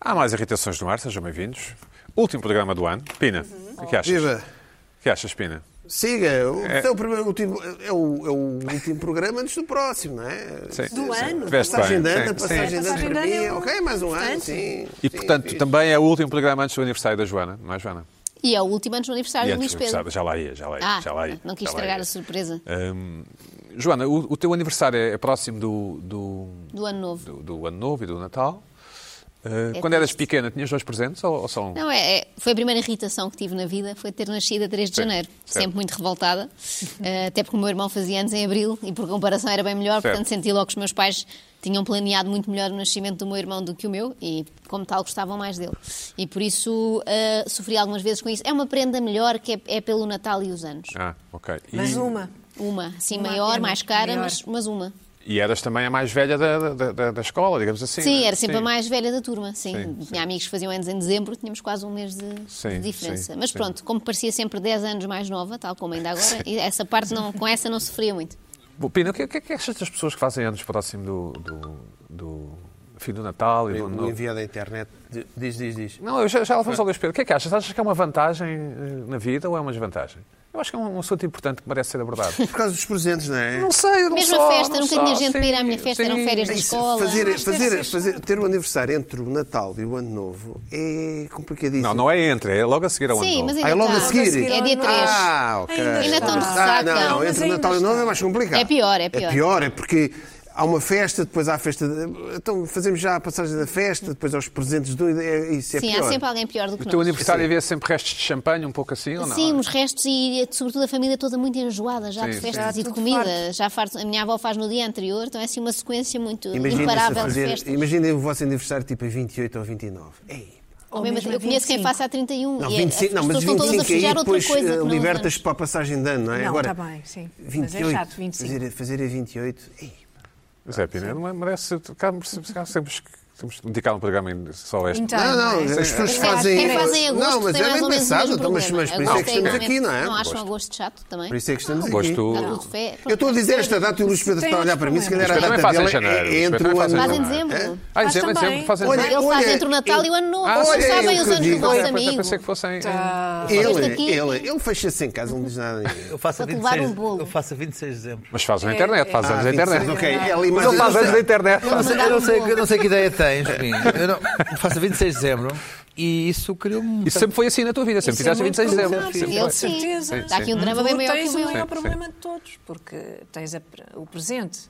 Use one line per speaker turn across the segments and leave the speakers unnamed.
Há mais irritações no ar, sejam bem-vindos. Último programa do ano. Pina, o
Uhum.
que achas?
Viva!
O que achas, Pina?
Siga, o, é... o primeiro, último, é, o, é o último programa antes do próximo, não é?
Sim.
Do ano.
Tiveste
Passagem de
bem.
ano,
Sim, sim.
passagem de ano
Passagem
para
de
mim,
ano é um-
ok, mais um ano,
importante.
sim.
E,
sim,
portanto,
fixe.
também é o último programa antes do aniversário da Joana, não é, Joana?
E é o último antes do aniversário
E
do
antes
Luís
do
Pedro.
aniversário, já lá ia, já lá ia.
Ah,
já lá ia,
não quis
já lá
estragar
ia.
a surpresa
Hum, Joana, o, o teu aniversário é próximo do, do,
do ano novo.
do- do Ano Novo e do Natal. Uh,
É
quando eras
triste.
pequena, tinhas dois presentes ou, ou só um?
Não, é, é- foi a primeira irritação que tive na vida, foi ter nascido a 3 de
Sim,
janeiro.
certo.
Sempre muito revoltada, eh, até porque o meu irmão fazia anos em abril e por comparação era bem melhor,
Certo.
portanto senti logo que os meus pais tinham planeado muito melhor o nascimento do meu irmão do que o meu e, como tal, gostavam mais dele. E por isso eh, sofri algumas vezes com isso. É uma prenda melhor que é, é pelo Natal e os anos.
Ah, ok. E,
Mas uma.
Uma, assim,
Uma
maior,
prenda
mais cara,
maior.
mas, mas uma.
e eras também a mais velha da, da, da- da escola, digamos assim.
Sim,
né?
era sempre a mais velha da turma, sim.
Sim,
Tinha
sim.
amigos que faziam anos em dezembro, tínhamos quase um mês de,
Sim,
de diferença.
sim,
Mas
sim.
pronto, como parecia sempre 10 anos mais nova, tal como ainda agora, e essa parte não, com essa não sofria muito.
Bom, Pina, o que, o que é que achas das pessoas que fazem anos próximo do, do, do fim do Natal e do Ano
O
Novo?
Um enviado à internet di- diz, diz, diz.
Não, eu já, já lá vamos ao Luís Pedro. O que é que achas? Achas que é uma vantagem eh, na vida ou é uma desvantagem? Eu acho que é um, um assunto importante que merece ser abordado.
Por causa dos presentes, não é?
Não sei, eu não
Mesmo a
só,
festa,
não
nunca
só.
tinha gente para ir à
Sim,
minha festa, eram
sim.
férias
É
da
isso,
escola.
fazer,
Mas deve
fazer,
ser
fazer, ter o aniversário entre o Natal e o Ano Novo é complicadíssimo.
Não, não é entre, é logo a seguir ao ano.
Sim,
novo.
mas ainda
Ah, é logo
está.
a seguir?
É dia 3.
Ah, ok.
Ainda
Ainda estão de
Ah,
ressaca.
não, não,
Mas
entre o
ainda
Natal e o
estão.
Novo é mais complicado.
É pior, é pior.
É pior, é porque há uma festa, depois há a festa. de- Então fazemos já a passagem da festa, depois aos presentes do. É, isso é
Sim,
pior.
há sempre alguém pior do que
O teu
nós.
aniversário havia sempre restos de champanhe, um pouco assim, ou não?
Sim, os restos e, sobretudo, a família toda muito enjoada, já
Sim,
de
sim.
festas
Já
e de
tudo
comida.
farto.
Já farto. A minha avó faz no dia anterior, então é assim uma sequência muito
Imaginem-se a
imparável de
fazer-
festas.
imaginem o vosso aniversário tipo a 28 ou 29. Ei.
Ou mesmo
mesmo
eu conheço quem
25.
faça a 31
Não,
e é,
25,
as
não, mas
pessoas estão todas a
25 aí
festejar outra
depois
coisa. que
eh,
não os
libertas
anos.
para a passagem de ano, não é?
Não,
Agora,
tá bem, sim. Mas é
28,
chato, 25.
Fazer, fazer a 28. Ei,
Mas é, Pina, não é- merece. cá- cá Temos que temos que dedicar um programa em- só a este.
Então,
Não, não, as
é?
pessoas
Quem
fazem.
faz em agosto
não, mas
tem
é
mais
bem
ou menos o
pensado,
mesmo
então, mas, mas
problema.
por isso é que
Agosto
estamos
igualmente-
aqui, não é?
Não acham agosto chato também?
Por isso é que estamos aqui.
Gosto.
Está tudo feio.
Eu estou a dizer esta data e o Luís Pedro
Tem
está a olhar
outros
para mim, se
problemas.
calhar a
Mas também
data
fazem
dele
janeiro,
é- é
mas
entre
também
o
fazem
ano.
Faz em
janeiro.
dezembro.
É?
Ah, em
Faz
dezembro, em
também.
dezembro fazem.
Olha,
janeiro.
Ele faz entre o Natal
ele-
e o Ano Novo.
Ah,
Vocês
olha,
sabem
eu
os
que
anos dos
digo.
vossos
Ah, eu pensei
amigos.
que fossem. em-
Ah,
Este
Ele,
aqui-
ele, ele fecha-se em casa, não diz nada a ninguém.
Eu faço, a
Para te levar
26,
um bolo.
eu faço a 26 de dezembro.
Mas faz na internet, faz
Ah,
anos na internet.
26, ok, é ali
Mas
mais-
ele faz anos na internet.
Eu não, sei, eu não sei-
um bolo.
eu não sei que ideia tens, Pinho. Eu não- faço a 26 de dezembro e isso criou um.
Isso sempre foi assim na tua vida, sempre
Isso é
fizeste
muito
26 de dezembro.
complicado.
Sempre
Ele
foi.
sim.
Certeza.
Está aqui um drama bem
Tu
maior que
tens
o
o
meu.
maior
Sim,
problema de todos, porque tens a- o presente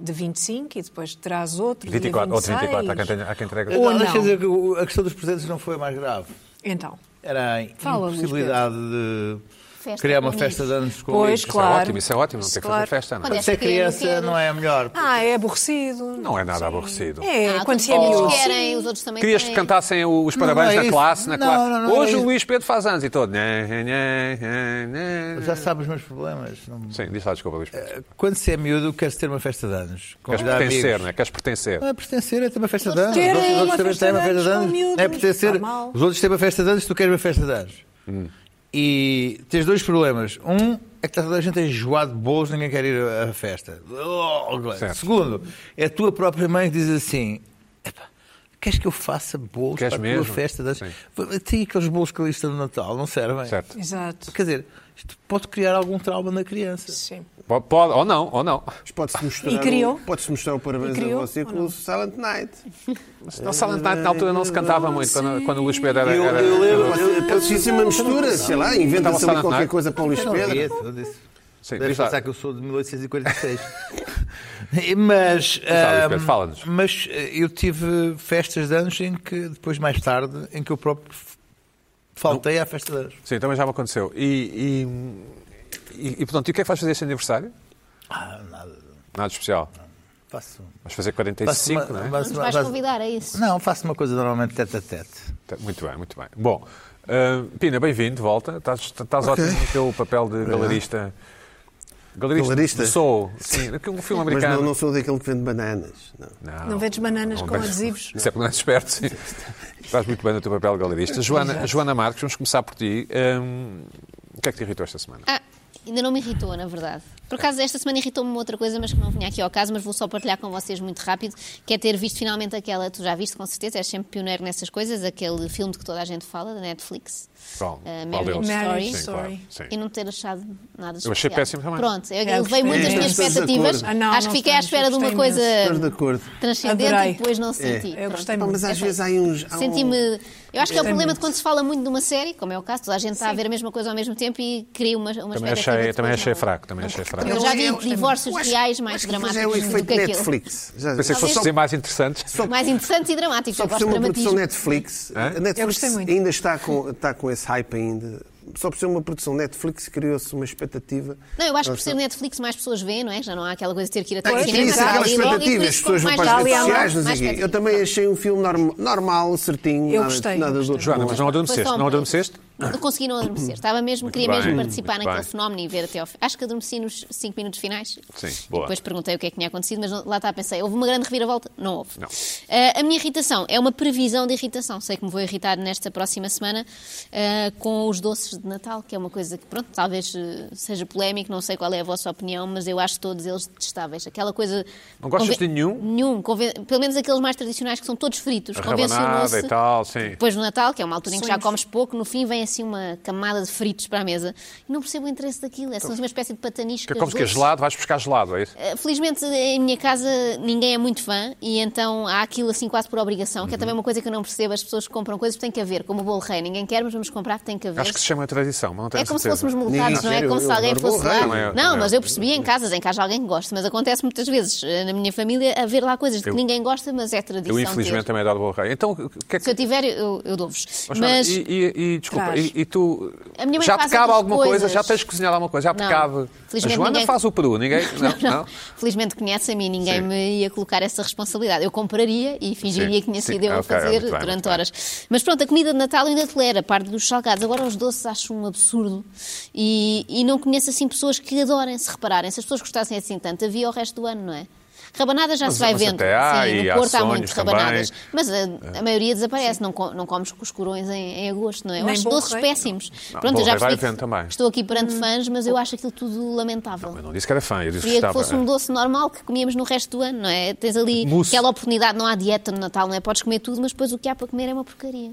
de 25 e depois terás outro
24,
de
ou 24, há quem,
26.
tenha, há quem entrega.
Ou
Não, Deixa
não.
eu dizer que o- a questão dos presentes não foi a mais grave.
Então,
Era a
Fala, Luís
impossibilidade de
Festa
criar
com
uma
amigos.
festa de anos com
Pois,
amigos.
Isso é
claro.
ótimo, isso é ótimo, não tem que fazer
Claro.
festa, não.
Olha,
Quando se é
Esta criança
criança
não
não é a melhor.
ah, é aborrecido.
Não é nada aborrecido.
É,
Ah,
quando
todos
se é
os
miúdo.
amigos querem, os outros também
Querias que
têm.
cantassem os
Não,
parabéns
não é
na
isso.
classe, na
Não,
classe.
não, não é
Hoje o
isso.
Luís Pedro faz anos e todo. Nhã, nhã, nhã, nhã.
Já sabes os meus problemas. Não-
Sim, diz lá, desculpa, Luís Pedro.
Quando se é miúdo, queres ter uma festa de anos.
Queres
Convidar
pertencer,
amigos.
não é? Queres pertencer.
Não é pertencer, é ter uma festa de anos.
Terem
Os outros- os
uma
outros também
festa
têm uma
de anos
festa de
com
anos.
miúdos,
Não é pertencer.
normal. Hum.
Os outros têm uma festa de anos, tu queres uma festa de anos. E tens dois problemas. Um é que está toda a gente enjoado de bolos, ninguém quer ir à festa. Oh, Glenn.
Certo.
Segundo, é a tua própria mãe que diz assim. "Epá, Queres que eu faça bolos
Queres
para a
mesmo?
tua festa de anos?
Sim.
Tem aqueles bolos que a lista do Natal, não servem?
Certo.
Exato.
Quer dizer, isto pode criar algum trauma na criança.
Sim.
Pode, pode- ou não, ou não.
Mas Pode-se mostrar,
E criou?
o- pode-se mostrar o parabéns
E criou,
a você
ou
com
não?
o Silent Night.
Mas na sala na, na altura não se cantava muito, quando, quando o Luís Pedro era.
Eu,
era-
eu lembro, pode- pode-se ser uma mistura, sei lá,
Estava
inventa-se ali
Silent
qualquer
Night.
coisa para o Luís
Eu não vi
Pedro.
esse, eu disse.
Sim,
Deves
diz lá.
pensar que eu sou de 1846. mas,
lá, Luís Pedro,
ahm,
fala-nos.
mas eh, eu tive festas de anos em que, depois mais tarde, em que eu próprio f- faltei à festa de anos.
Sim, também já me aconteceu. E, e, e, e, portanto, e o que é que vais fazer este aniversário?
Ah, nada.
Nada de especial.
Faço,
Vais fazer
faço
45, não é?
faço
Nos
uma-
vais
faço-
convidar a isso.
Não, faço uma coisa normalmente tete a tete.
Tá, Muito bem, muito bem. Bom, ah, Pina, bem-vindo, de volta. Estás, estás ótimo no teu papel de galerista. Galerista?
Galerista?
Sou, sim. Aquele filme
Mas
americano.
não, não sou daquele que vende bananas. Não.
Não vendes bananas com adesivos?
Isso é porque não és esperto, sim. Estás muito bem no teu papel de galerista. Joana, Joana Marques, vamos começar por ti. Hum, o que é que te irritou esta semana?
Ah, ainda não me irritou, na verdade. Por acaso, esta semana irritou-me uma outra coisa, mas que não vinha aqui ao caso, mas vou só partilhar com vocês muito rápido, que é ter visto finalmente aquela, tu já viste com certeza, és sempre pioneiro nessas coisas, aquele filme de que toda a gente fala, da Netflix.
Qual?
Ah,
Uh,
Qual
Marriage
deles?
Story.
Sim, claro.
Sorry.
Sim.
E não ter achado nada de
Eu achei
especial.
péssimo também.
Pronto, eu,
É, eu
levei muito as
gostei.
minhas
Estamos de
expectativas.
acordo.
Ah, não,
Acho
não
que fiquei à
estamos, eu
espera de uma
gostei
coisa
Estamos de acordo.
transcendente
Adorei. É,
e depois não senti.
Eu
Pronto.
gostei
Pá,
muito.
mas às vezes há uns. há um-
Senti-me. Eu acho que é o
Gostei
problema
muito.
de quando se fala muito de uma série, como é o caso, toda a gente está a ver a mesma coisa ao mesmo tempo e cria uma, uma
Também
expectativa
achei,
depois
também
não.
achei fraco, também achei fraco.
Eu já vi divórcios
é Eu acho-
reais
eu
mais
acho que
dramáticos
É o
do
efeito
que aquele.
Netflix. Já-
Pensei que
só-
fosse dizer mais interessantes.
Mais interessantes e dramáticos.
Só
Eu
por
gosto
ser
de
uma produção
dramatismo.
Netflix,
Hã?
a
Eu
Netflix
gostei muito.
ainda está com, está com esse hype ainda. Só por ser uma produção Netflix criou-se uma expectativa.
Não, eu acho que por
Nossa.
ser Netflix mais pessoas veem, não é? Já não há aquela coisa de ter que ir até
É
ao
Pois,
isso,
cinema.
isso,
está
aquela
ali logo e
expectativa,
depois
as pessoas
com
vão
mais
para as redes
calma,
sociais, não
mais
sei o quê. Eu
expectativa.
também achei um filme norm- normal, certinho,
Eu
nada,
gostei,
nada do
gostei.
outro
Joana,
mundo.
mas não
Foi só
adormeceste?
um
Não
break.
adormeceste?
Não consegui não adormecer. Estava mesmo, queria
bem,
mesmo participar
muito
naquele
bem.
fenómeno e ver até ao fim. Acho que adormeci nos 5 minutos finais.
Sim,
E
boa.
depois perguntei o que é que tinha acontecido, mas não- lá está, pensei, houve uma grande reviravolta? Não houve.
Não.
Ah, a minha irritação é uma previsão de irritação. Sei que me vou irritar nesta próxima semana ah, com os doces de Natal, que é uma coisa que, pronto, talvez eh, seja polémico, não sei qual é a vossa opinião, mas eu acho todos eles detestáveis. Aquela coisa.
Não gostas
conven-
de nenhum?
Nenhum. Conven- Pelo menos aqueles mais tradicionais que são todos fritos.
A rabanada
Convencionou-se-
e tal, sim.
depois do Natal, que é uma altura em que já
Sonhos.
comes pouco, no fim vem assim uma camada de fritos para a mesa. E não percebo o interesse daquilo. É só uma espécie de patanisca.
Que Como se quer gelado, vais buscar gelado, é isso?
Eh, Felizmente, em minha casa, ninguém é muito fã e então há aquilo assim quase por obrigação, que é também uma coisa que eu não percebo. As pessoas que compram coisas que têm que haver, como o bolo rei. Ninguém quer, mas vamos comprar, tem que haver.
Acho que se chama tradição, mas não tenho
É como se
certeza.
fôssemos
Ninguém-
multados, não é?
Sério,
Como se
eu
alguém
adoro
fosse
bolo
lá.
rei.
Também eu,
Não,
também
mas
eu.
eu percebi em casas, em casa alguém que gosta, mas acontece muitas vezes eh, na minha família haver lá coisas que
Eu-
ninguém gosta, mas é tradição.
Eu,
ter.
infelizmente, também adoro bolo rei. Então, o que é
Se eu
que.
tiver, eu, eu dou-vos.
Oh, Joana,
Mas.
e, e- e, desculpa,
Traz.
e, e tu.
A minha mãe
já
faz
te cabe
outras
alguma coisa?
coisas.
Já tens de cozinhar alguma coisa? Já te
Não.
cabe? A
Felizmente
Joana
ninguém-
faz o peru, ninguém. Não,
Não,
não.
Felizmente conhecem-me e ninguém
Sim.
me ia colocar essa responsabilidade. Eu compraria e fingiria
Sim,
que tinha
sim.
sido eu a
Ok,
fazer
muito bem, muito
durante
bem.
horas. Mas pronto, a comida de Natal ainda tolera, a parte dos salgados. Agora os doces acho um absurdo. E, e não conheço assim pessoas que adorem, se repararem. Se as pessoas gostassem assim tanto, havia o resto do ano, não é? Rabanadas já
Mas-
se vai
mas
vendo.
até há,
Sim,
e
no
há
Porto há
sonhos
muito
também. É.
rabanadas. Mas a, a maioria desaparece. Não, co- não comes com os corões em, em agosto, não é? Eu
Nem
acho
bom Hum.
doces
rei.
péssimos.
Não,
pronto,
bom
eu já
rei vai
percebi que
vendo também.
estou aqui perante fãs, mas eu acho aquilo tudo lamentável.
Eu não disse que era fã, eu disse que
Queria que
gostava.
fosse um doce normal que comíamos no resto do ano, não é? Tens ali
Mousse.
aquela oportunidade, não há dieta no Natal, não é? Podes comer tudo, mas depois o que há para comer é uma porcaria.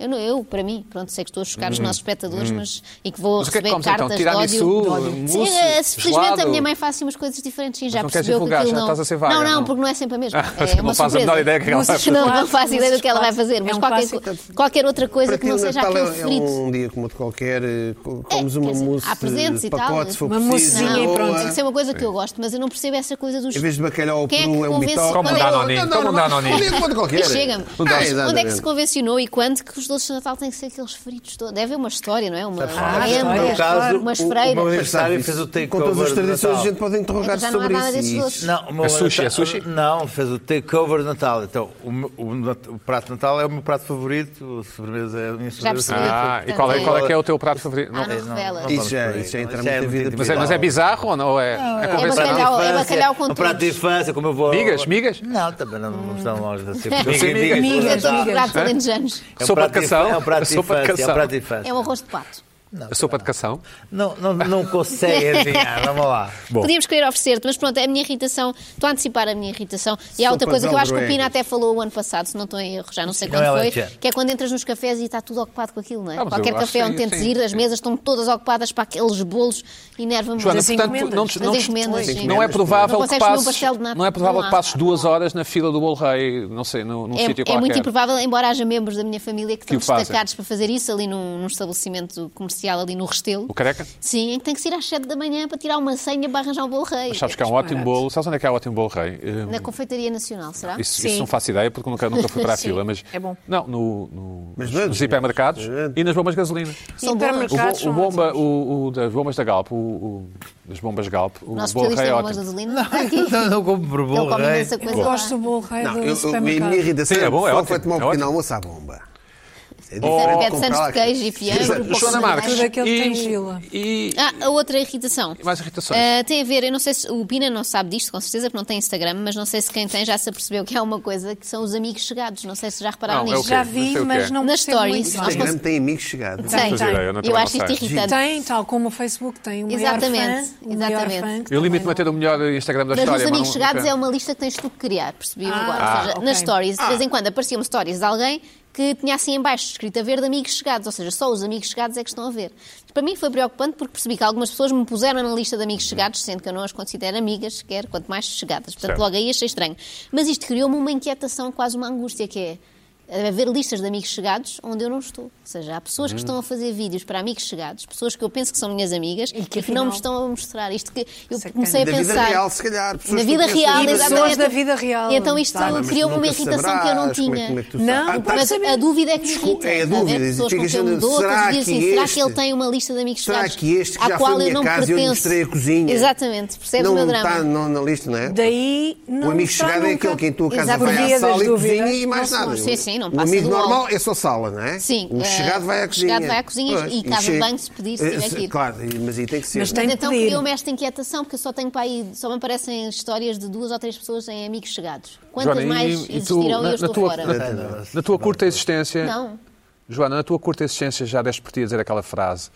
Eu, não, eu para mim, pronto, sei que estou a chocar os nossos espectadores, mas e que vou
Hum, Mas o que é que
receber
comes então?
cartas de ódio.
Tiramisu,
de ódio.
mousse,
Sim, eh, felizmente a
gelado?
minha mãe faz assim umas coisas diferentes e já
não queres
percebeu que
divulgar,
aquilo
já
não.
estás a ser vaga,
não, não,
não?
porque não é sempre a mesma.
Ah,
é
não
uma
faz a
surpresa.
menor ideia do que ela vai fazer.
Não, não faço ideia do que ela vai
Clássico.
fazer, mas
É um
qualquer,
clássico.
co- qualquer outra coisa
Para
que
ti,
não
o
seja
Natal é,
aquele
é
frito.
um dia como outro qualquer, eh, co- comes uma
quer dizer,
mousse
há presentes
de
e tal.
pacote, se for
Uma
preciso.
moussezinha e
ou,
pronto.
eh,
Tem que ser uma coisa que
É.
eu gosto, mas eu não percebo essa coisa dos
Em vez de bacalhau ao
Quem é que
peru, é um
convence-
bitoque.
Como um
Danone, como um Danone.
qualquer.
Chega-me.
Ah,
Onde é que se
exatamente.
convencionou e quando que os doces de Natal têm que ser aqueles fritos todos? Deve haver uma história, não é? Uma
Ah,
lenda,
história,
no caso,
umas
o- o meu
freiras.
amigo- Aniversário
Mas
fez o
sabe,
takeover
Com todas as
do
tradições
Natal.
a gente pode interrogar
Então já não há
sobre
nada desses
isso.
doces.
isso.
Não, o meu
É sushi, é
Natal-
sushi?
Não, fez o takeover de Natal. Então, o, meu- o nat- o prato de Natal é o meu prato favorito, a sobremesa é a minha sobremesa.
percebi.
Ah, e qual é, qual é que é o teu prato favorito? Não.
Ah, não revela.
não.
Isso já, isso já entra muito na
Isso é muito
vida.
intimidade.
Mas é, mas é bizarro ou não? Ou é, é
um prato de
convencional?
bacalhau- é
infância,
bacalhau com
Um prato de
todos.
infância, como eu vou...
Migas, migas?
Não, também não vamos estar longe assim. da
Eu sei migas.
Eu estou
Migas.
no prato alentejanos.
É um
Sopa de
prato infa-
cação?
É um prato de
Sopa de
infância. É um
cação?
prato de infância.
É um arroz de pato.
A sopa de cação?
Não, não, não consegue adivinhar, vamos lá.
Bom.
Podíamos querer oferecer-te, mas pronto, é a minha irritação. Estou a antecipar a minha irritação. E há outra
Sopa
coisa que eu acho que o
noruegas.
Pina até falou o ano passado, se não estou em erro, já não sei
Não
quando
é
foi,
leite.
que é quando entras nos cafés e está tudo ocupado com aquilo, não é?
Ah, mas eu
Qualquer
acho
café
que
onde
sim,
tentes
sim,
ir, as
sim.
mesas estão todas ocupadas para aqueles bolos, enerva-me.
Joana,
muito.
Mas as
portanto,
encomendas.
não,
As
não,
encomendas, sim.
não é provável que
Não consegues comer um
passes,
pastel de nata.
não é provável
Não
que
há.
passes duas horas na fila do Bolo Rei, não sei, num, num um sítio
É, é
qualquer.
muito improvável, embora haja membros da minha família que,
Que o
estão
fazem.
destacados para fazer isso ali num, num estabelecimento comercial, ali no Restelo.
O Careca?
Sim, em que tem que se ir às 7 da manhã para tirar uma senha para arranjar um bolo rei.
Mas sabes que há um ótimo bolo, sabes onde é que há um ótimo Bolo Rei? Eh,
Na Confeitaria Nacional, será?
Isso,
Sim.
isso não faço ideia porque nunca, nunca fui para a
Sim,
fila, mas.
é bom.
Não, no, no-
Mas não é
nos
dos
hipermercados
melhores.
e nas bombas de gasolina.
São
O, bo-
Hipermercados
o
são
bomba,
ótimos.
o, o das bombas da Galp, o, o- das bombas Galp, o
O nosso
Bolo
especialista
Rei é
em bombas de
ótimo.
gasolina está aqui.
Não, não compro
Ele
bolo
come
rei.
imensa coisa
Eu
lá.
gosto do bolo rei
Não, eu, eu,
do
a minha
supermercado.
irritação
Sim, é bom, é
só
ótimo,
foi tomar um
é
pequeno
ótimo.
almoço à bomba. É
Pede
diferente
Santos
comprar
de queijo e
é
fiambre. um
Joana
posso-
Marques.
Tudo aquilo que
e-
tem gila.
E,
Ah, a outra irritação.
e mais irritações.
Ah, tem a ver, eu não sei se o Pina não sabe disto, com certeza, porque não tem Instagram, mas não sei se quem tem já se apercebeu que há uma coisa que são os amigos chegados. Não sei se já repararam
Não, é o
nisto.
quê?
Já
Não sei
vi,
o que
mas
é.
não
Na
percebo
story,
muito
se
O
nós
bem.
conseguimos-
Instagram tem amigos chegados.
Tem,
faço ideia,
tem.
eu não
eu
também
acho
não
isto
sei.
irritante.
Tem, tal como o Facebook tem o maior
Exatamente,
fã, o maior
exatamente.
fã que
eu
também
limito-me a
não-
ter o melhor Instagram da
Mas
história.
nos
mas
amigos
não-
chegados
nunca-
é uma lista que tens tu que criar, percebi
Ah,
agora. Ou seja,
ok.
nas stories,
Ah.
de vez em quando aparecia-me stories de alguém que tinha assim em baixo escrito a ver de amigos chegados, ou seja, só os amigos chegados é que estão a ver. Para mim foi preocupante porque percebi que algumas pessoas me puseram na lista de amigos chegados, sendo que eu não as considero amigas sequer, quanto mais chegadas. Portanto,
Certo.
logo aí achei estranho. Mas isto criou-me uma inquietação, quase uma angústia, que é haver listas de amigos chegados onde eu não estou. Ou seja, há pessoas que
Hum.
estão a fazer vídeos para amigos chegados, pessoas que eu penso que são minhas amigas e que afinal me
afinal-
estão a mostrar. Isto que eu
Sei que
comecei a
Da vida
pensar.
real, se calhar. pessoas
Na
que
vida
tu pensas-
real,
E pessoas
exatamente.
da vida real.
Então isto
Tá,
mas
criou
é tu
uma
nunca
irritação
saberás
que eu não
como é-
tinha.
como é que tu
Não,
sabes?
não
pá,
Mas
saber.
a dúvida é que me
Desculpa,
irrita.
é a
sabe?
dúvida,
Há pessoas
e
com
fica
quem eu me
achando,
dou,
será
outros dizem
que
assim, será
este-
que ele tem uma lista de amigos
Será
chegados
que este que
à
já
qual
foi à minha
eu não
casa e eu lhe
pertenço?
mostrei a cozinha?
Exatamente, percebes o
Não
meu
está
drama?
na na lista, não é?
Daí não
o amigo
mostrar
chegado é
nunca.
aquele que em tua casa
Exato. Por
vai
via
à sala
das
e
dúvidas,
cozinha e mais
não se
nada.
mostra. Sim, sim, não
o
passa
amigo
do hall.
normal é só sala, não é?
Sim,
O
eh,
chegado vai à
o
cozinha.
chegado vai à cozinha
Pois,
e casa de
chega-
banho se pedir, se
Eh,
tiver que ir.
Claro, e- mas aí tem que ser. não
Mas
é?
tem que
Então
pedir.
criou-me esta inquietação porque eu só tenho para aí, só me aparecem histórias de duas ou três pessoas em amigos chegados. Quantas
Joana, e-
mais
e tu,
existirão
na-
e eu
na
estou
tua-
fora?
Na, na tua curta existência,
Não.
Joana, na tua curta existência já deste por ti a dizer aquela frase.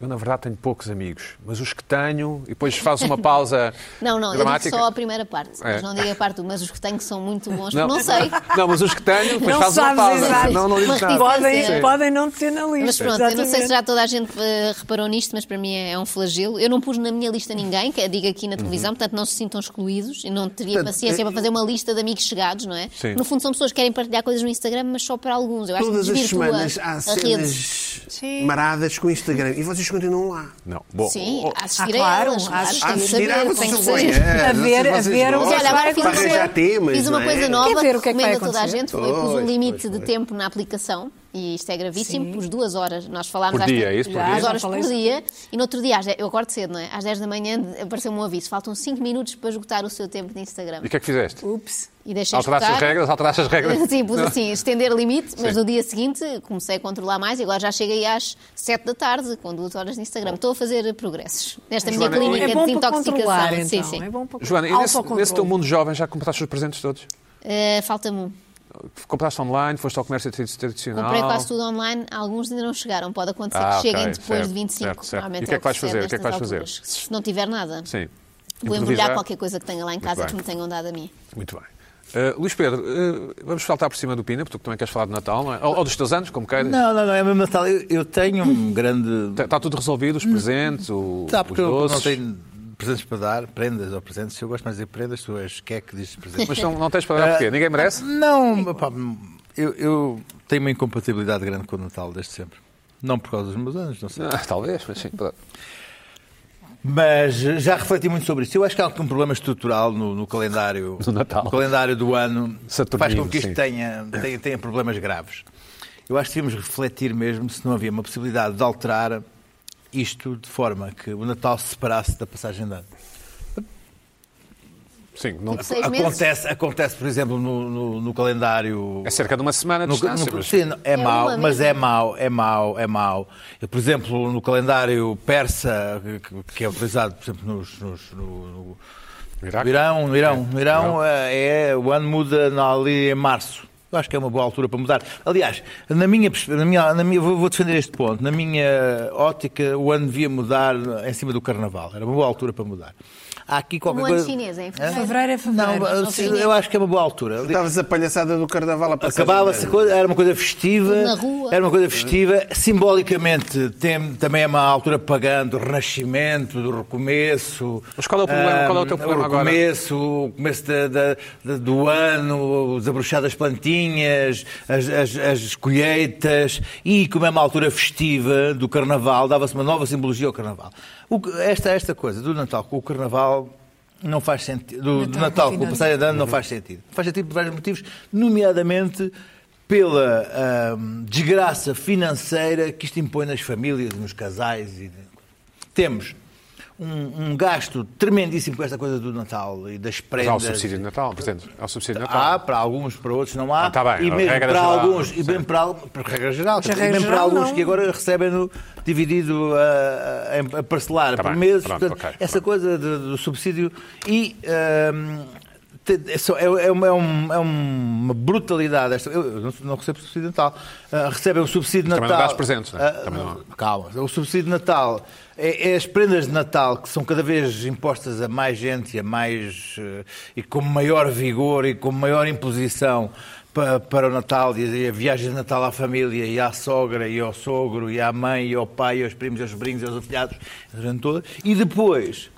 Eu, na verdade, tenho poucos amigos, mas os que tenho, e depois fazes uma pausa
Não, não, eu digo
dramática.
só a primeira parte, mas
É.
não digo a parte do, mas os que tenho que são muito bons, não, sei.
Não, mas os que tenho, depois
Não
fazes uma
sabes,
pausa.
exato.
Não, não dizes
Mas
nada.
podem-
Sim.
Podem, podem não ter na lista.
Mas pronto, eu não sei se
exatamente.
já toda a gente eh, reparou nisto, mas para mim é um flagelo. Eu não pus na minha lista ninguém, que é diga aqui na televisão, portanto não se sintam excluídos e não teria
Uhum. Portanto,
paciência
eh,
para fazer uma lista de amigos chegados, não é?
Sim.
No fundo são pessoas que querem partilhar coisas no Instagram, mas só para alguns. Eu acho
Todas
que
as
desvirtua
semanas há
a rede.
cenas
Sim.
maradas com o Instagram e vocês continuam lá.
Não, bom. Oh,
Sim, a
Ah,
assistir
claro,
a elas,
a assistir.
tem que
Assistir, ah,
saber,
vocês
tem que
são
saber.
bons. É,
A
não
ver-
sei
a
se vocês
ver um o que
Mas
gostam.
olha,
vai
agora fiz,
Para arranjar temas,
fiz uma
não é?
coisa nova
Quer ver o que é que vai
recomendo a toda a
acontecer?
gente. Foi, pus um
Pois,
limite
pois,
de tempo na aplicação e isto é gravíssimo,
Sim.
pus duas horas. Nós falámos
Por
às
dia,
tantas-
é isso? Por
Já,
dia?
Duas
Já
horas
falei
por
sobre
dia. E no outro dia, às dez- eu acordo cedo, não é? Às 10 da manhã apareceu-me um aviso. Faltam 5 minutos para esgotar o seu tempo de Instagram.
E o que é que fizeste?
Ups.
E deixei
Alteraste as
esgotar.
regras, alteraste as regras.
Sim, pus
Não.
assim, estender limite, mas
Sim.
no dia seguinte comecei a controlar mais e agora já cheguei às 7 da tarde, com duas horas de Instagram. Estou a fazer progressos nesta minha
Joana,
clínica
É
de
bom para
desintoxicação.
controlar, então.
Sim, sim.
É bom para
Joana, e nesse,
autocontrole.
nesse teu mundo jovem já compraste os presentes todos?
Eh, Falta-me um.
Compraste online, foste ao comércio tra- tradicional?
Comprei quase tudo online, alguns ainda não chegaram. Pode acontecer
Ah,
que
ok,
cheguem depois
certo,
de 25.
certo, certo.
Normalmente
E o que é que vais
ele
fazer? O que é que vais
recebe
fazer? Então
nestas alturas. Se não tiver nada,
Sim.
vou
Improvisar?
embrulhar qualquer coisa que tenha lá em casa
bem.
que me tenham dado a mim.
Muito bem. Eh, Luís Pedro, eh, vamos saltar por cima do Pina, porque tu também queres falar de Natal, não é? Ou, ou dos teus anos, como queiras.
Não, não, não, é mesmo Natal. Eu, eu tenho um grande.
Está tudo resolvido, os presentes, o,
Tá,
os
porque eu não
doces.
tenho presentes para dar, prendas ou presentes. Eu gosto mais de dizer prendas, tu és que é que dizes presentes. Ah,
Mas não, não tens
Eh,
para dar porquê? Ninguém merece?
Não, pá, eu, eu tenho uma incompatibilidade grande com o Natal desde sempre. Não por causa dos meus anos, não sei.
Ah, talvez, mas sim. pronto.
Mas eh, já refleti muito sobre isso. Eu acho que há um problema estrutural no, no calendário
Do Natal.
no calendário do ano
Saturnino,
faz com que isto
sim.
tenha, tenha, tenha problemas graves. Eu acho que devíamos refletir mesmo se não havia uma possibilidade de alterar isto de forma que o Natal se separasse da passagem de ano.
Sim, não,
Tipo seis meses.
Acontece, acontece, por exemplo, no, no- no calendário.
é cerca de uma semana de
No-
distância.
no-
mas-
sim, não, é,
É
mau,
uma
mas
mesmo.
é mau, é mau, é mau. Eu, Por exemplo, no calendário persa, que- que é utilizado, por exemplo, nos, nos- no, no-
No Iraque? É.
no Irão, no Irão, no Irão, eh, é, o ano muda na- ali em março. Eu acho que é uma boa altura para mudar. Aliás, na minha, perspe- na minha, na minha vou vou defender este ponto. Na minha ótica, o ano devia mudar em cima do Carnaval. Era uma boa altura para mudar. Há aqui qualquer
No ano
coisa...
chinês, é em
Hã?
fevereiro.
Fevereiro é fevereiro.
Não, eu-
Ao chinês.
eu acho que é uma boa altura.
Estavas a palhaçada do carnaval a passar.
Acabava-se, a coisa- era uma coisa festiva.
Tudo na rua.
Era uma coisa festiva. Simbolicamente, tem, também é uma altura pagã do renascimento, do recomeço.
Mas qual é o problema?
Ah,
Qual é o teu problema agora?
recomeço, o começo da- da- da- do ano, desabrochar das plantinhas, as, as- as colheitas. E como é uma altura festiva do carnaval, dava-se uma nova simbologia ao carnaval. O que- esta, esta coisa do Natal com o carnaval. Não faz sentido. Do, do
Natal
Natal com o
combinado.
passar passagem de ano não faz sentido. Faz sentido por vários motivos, nomeadamente pela ahm, desgraça financeira que isto impõe nas famílias, nos casais. E... Temos um, um gasto tremendíssimo com esta coisa do Natal e das
Mas
prendas.
há o subsídio de Natal, Presidente. Há o subsídio de Natal.
Há, para alguns, para outros não há.
Ah, tá bem,
e
a
mesmo
regra
para
geral,
alguns, e
sim.
bem para, al- para regra geral,
Para
e
regra
bem para
geral,
alguns
não.
que agora recebem no, dividido ah, em- a parcelar
Tá
por
bem,
meses.
pronto,
Portanto,
ok,
essa coisa de- do subsídio e. ah, te- é só- é- é uma, é um- é uma brutalidade. esta- Eu eu não, não recebo subsídio de Natal. Ah, recebem o subsídio de
Também
Natal.
não dás presentes, né?
Ah,
Também não-
Calma, o subsídio de Natal é, é as prendas de Natal que são cada vez impostas a mais gente e a mais eh, e com maior vigor e com maior imposição para, para o Natal e a viagem de Natal à família e à sogra e ao sogro e à mãe e ao pai e aos primos e aos sobrinhos e aos afilhados a gente toda. e depois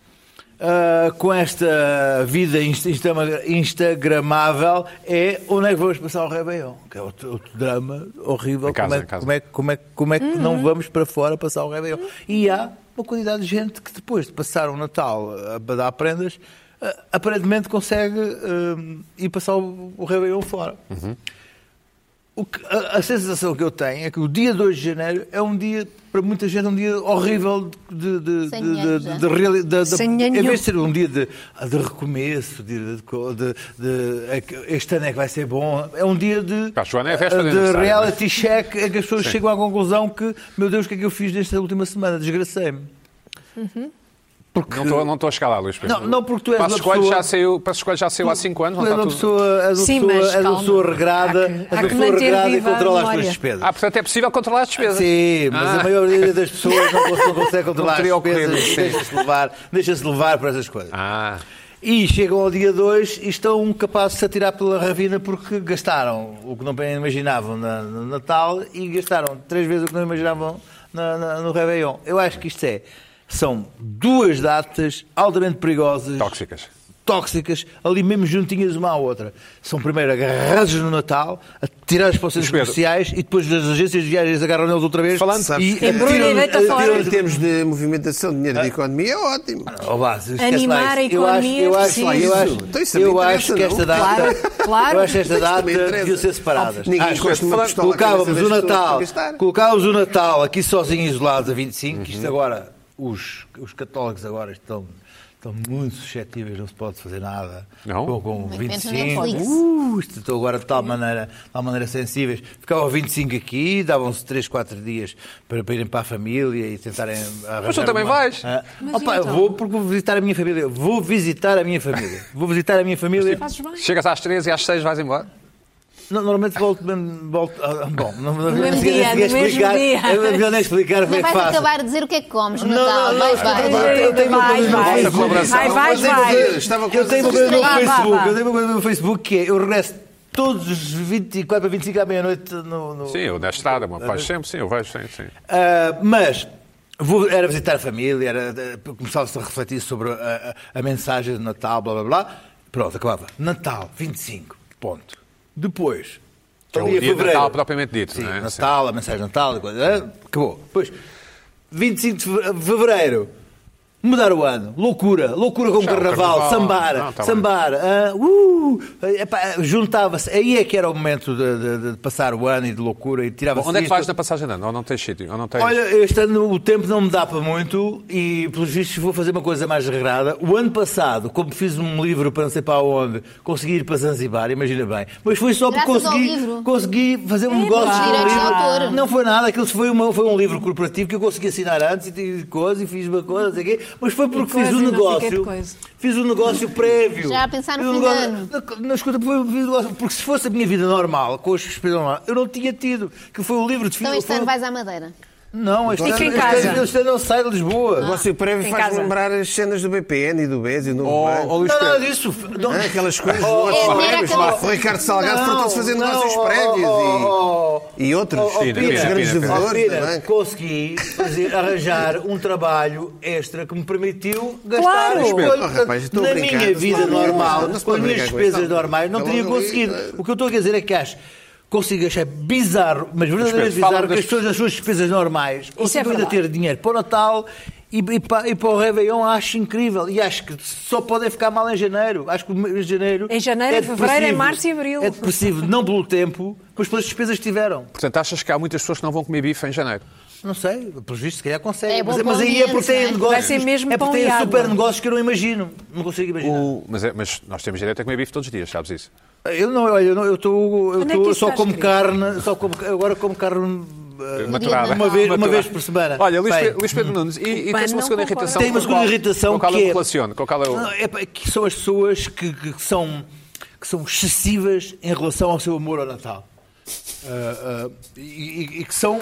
ah, com esta vida inst- instama- instagramável é onde é que vamos passar o Réveillon que é outro, outro drama horrível
Em casa,
como é
em casa.
como é como é, como é que não vamos para fora passar o Réveillon? E há uma quantidade de gente que depois de passar o Natal a dar prendas, eh, aparentemente consegue eh, ir passar o, o Réveillon fora. O que- a, a sensação que eu tenho é que o dia 2 de janeiro é um dia, para muita gente, um dia horrível de, de, de,
Sem
de,
dinheiro,
de,
já.
de reali- da- da-
Sem
Em
dinheiro
vez
nenhum.
de ser um dia de, de recomeço, de, de, de- de- é que este ano é que vai ser bom, é um dia de,
Pá, Joana, é véspera de
Ah, de
aniversário, não
reality reality check é que as pessoas chegam à conclusão que, meu Deus, o que é que eu fiz nesta última semana? Desgracei-me. Porque...
Não estou não estou a chegar lá, Luís Pedro.
Não, não, porque tu és
Passos
uma
Coelho
pessoa-
já saiu, Passos Coelho já saiu há 5 anos,
Tu
não
és
está
é uma
tudo...
pessoa, és uma
Sim,
pessoa,
mas
és uma
calma.
pessoa regrada,
Há que-
és
há
uma
que
pessoa
manter
regrada e
viva a
controla as tuas
memória.
despesas.
Ah, portanto é possível controlar as despesas. Ah.
Sim, mas a maioria das pessoas não consegue- não consegue controlar
teria
as despesas
ocorrido,
e
sim.
deixa-se levar, deixa levar para essas coisas.
Ah,
E chegam ao dia 2 e estão capazes de se atirar pela ravina porque gastaram o que não bem imaginavam na- no Natal e gastaram três vezes o que não imaginavam na- na- no Réveillon. Eu acho que isto é. São duas datas altamente perigosas.
Tóxicas.
Tóxicas, ali mesmo juntinhas uma à outra. São primeiro agarrados no Natal, atirados para os centros
Luís Pedro.
comerciais e depois das agências de viagens agarram neles outra vez.
Falando-
e eh,
Sabes que-
Embrulha e
atiram-
deita
atiram-
fora.
Em termos de movimentação de dinheiro da economia, é ótimo.
Oh, vá, esquece
Animar
lá isso.
a
Eu acho- eu
economia
acho-
é
Eu acho,
preciso. Então isso
eu
também
acho que
interessa, não?
esta data,
Claro, claro.
eu acho que esta
Isso
data
também interessa.
deviam ser separadas.
Ninguém
Acho que
gosta de uma
falando-
pistola à cabeça
colocávamos
das
o
pessoas para
Natal,
gastar.
colocávamos o Natal aqui sozinho isolados a 25,
Uhum.
que isto agora os, os católicos agora estão estão muito suscetíveis, não se pode fazer nada
Não?
com, com
Muito menos na
25.
Netflix.
Uh, isto estou agora de tal maneira, de tal maneira sensíveis. Ficavam 25 aqui, davam-se 3, 4 dias para, para irem para a família e tentarem arranjar
tu também
uma-
vais?
Ah,
Mas
opa,
e então?
vou porque vou visitar a minha família. Vou visitar a minha família. Vou visitar a minha família.
Fazes bem.
chegas às 13 e às 6 vais embora?
Não, normalmente volto mesmo. Volto, ah, bom, não, não, não,
mesmo
sei-
dia,
sei
no mesmo
explicar.
dia.
É melhor nem explicar como
Não
é que
vais
faço.
acabar de dizer o que é que comes no
Não,
Natal.
não,
vai,
não,
vai.
não, não.
Vai, vai, vai.
colaboração.
Vai, vai,
Mas eu
vai.
Estava com
Eu tenho uma coisa no meu
Vá, vá,
Facebook.
vá.
Eu tenho uma coisa no meu Facebook que é eu regresso todos os 24 para 25 à meia-noite no, no,
Sim, eu na estrada, meu
É.
pai, sempre, sim, eu vejo, sim, sim.
Ah, mas vou- era visitar a família, era, eh, começava-se a refletir sobre a, a- a mensagem de Natal, blá blá blá. Pronto, acabava. Natal, 25, ponto. Depois.
Que é o
ali a
dia de
fevereiro.
Natal propriamente dito,
Sim,
não é?
Natal, a mensagem de Natal, e coisa- ah, acabou. Depois, 25 de feve- fevereiro. Mudar o ano, loucura, loucura com o
Já, o
carnaval,
carnaval,
sambar,
não, tá bem.
sambar, ah, uh, epá, juntava-se, aí é que era o momento de, de- de passar o ano e de loucura e tirava-se
Onde é que
isto.
vais na passagem de ano? Ou não tens sítio? Ou não tens...
Olha, este ano o tempo não me dá para muito e, pelos vistos, vou fazer uma coisa mais regrada. O ano passado, como fiz um livro para não sei para onde, consegui ir para Zanzibar, imagina bem. Mas foi só porque
Graças ao
consegui,
livro.
consegui fazer um negócio
pá.
com o
Direitos de
livro.
autor.
Não foi nada, aquilo foi, uma, foi um livro corporativo que eu consegui assinar antes e, e coisa, e fiz uma coisa, não sei o quê. Mas foi porque
coisa,
fiz um
e não sei o quê de
negócio.
coisa.
Fiz um negócio prévio.
Já a pensar no
Fiz um
fim de
negócio-
ano.
na, na escuta, foi um negócio- porque se fosse a minha vida normal, com as despesas normais, eu não tinha tido. Que foi o livro de
Então
foi
este ano
um-
vais à Madeira.
não, este
Fica em
este
casa. Ah.
ano- este ano não sai de
O
Lisboa.
Ócio Prévio
Em
faz
casa.
lembrar as cenas do BPN e do BES e do Novo Banco.
Luís
Não, nada
Pedro.
disso. Não,
Ah, Aquelas coisas do
Oh,
Ócio
oh,
Prévio.
oh,
lá. O Ricardo Salgado
não,
fartou-se fazer
não,
negócios
oh,
prévios
oh, oh,
e, e outros.
oh,
E
Pina,
outros
Pina,
grandes
Pina, Pina.
Oh,
devedores é?
Pina,
da banca.
consegui fazer, arranjar um trabalho extra que me permitiu gastar
Claro.
as coisas.
Oh, rapaz, estou a
na
brincar.
minha vida
Não,
normal,
não se
com
pode
as minhas
brincar com
despesas
isso, não.
normais, não
Não,
teria
não,
conseguido.
não.
O que eu estou a dizer é que acho. Consigo achar bizarro, mas verdadeiramente
Pedro, fala
bizarro, que
das-
as pessoas, as suas despesas normais, consigam ainda
é verdade.
ter dinheiro para o Natal e, e para, e para o Réveillon, acho incrível. E acho que só podem ficar mal em janeiro. Acho que o mês de janeiro. é
Em janeiro, em fevereiro, em
depressivo.
março e abril.
É depressivo, não pelo tempo, mas pelas despesas que tiveram.
Portanto, achas que há muitas pessoas que não vão comer bife em janeiro?
Não sei, pelos vistos, se calhar consegue.
É bom
mas,
para
mas
o
aí é porque
ambiente,
tem
não é?
negócios.
Vai ser mesmo
é
pão
porque
e
tem
água.
super negócios que eu não imagino. Não consigo imaginar.
O- mas, é- mas nós temos direito a comer bife todos os dias, sabes isso?
Eu não, olha, eu não- eu estou. Eu
Onde é
tô-
que isso
só
está
como
escrito?
carne, só como, agora como carne. eh,
Maturada.
Uma vez, uma vez por semana.
Olha, Luís,
É. Bem,
Pe- Luís Pedro Nunes, e, e
Pá,
tens uma
não
segunda
concordo.
irritação?
Tem uma
com
segunda
qual-
irritação
com qual
que
eu
é-
me relaciono? Com qual eu...
Não, é pá, que são as pessoas que, que- que são, que são excessivas em relação ao seu amor ao Natal. Ah, ah, e, e- e que são.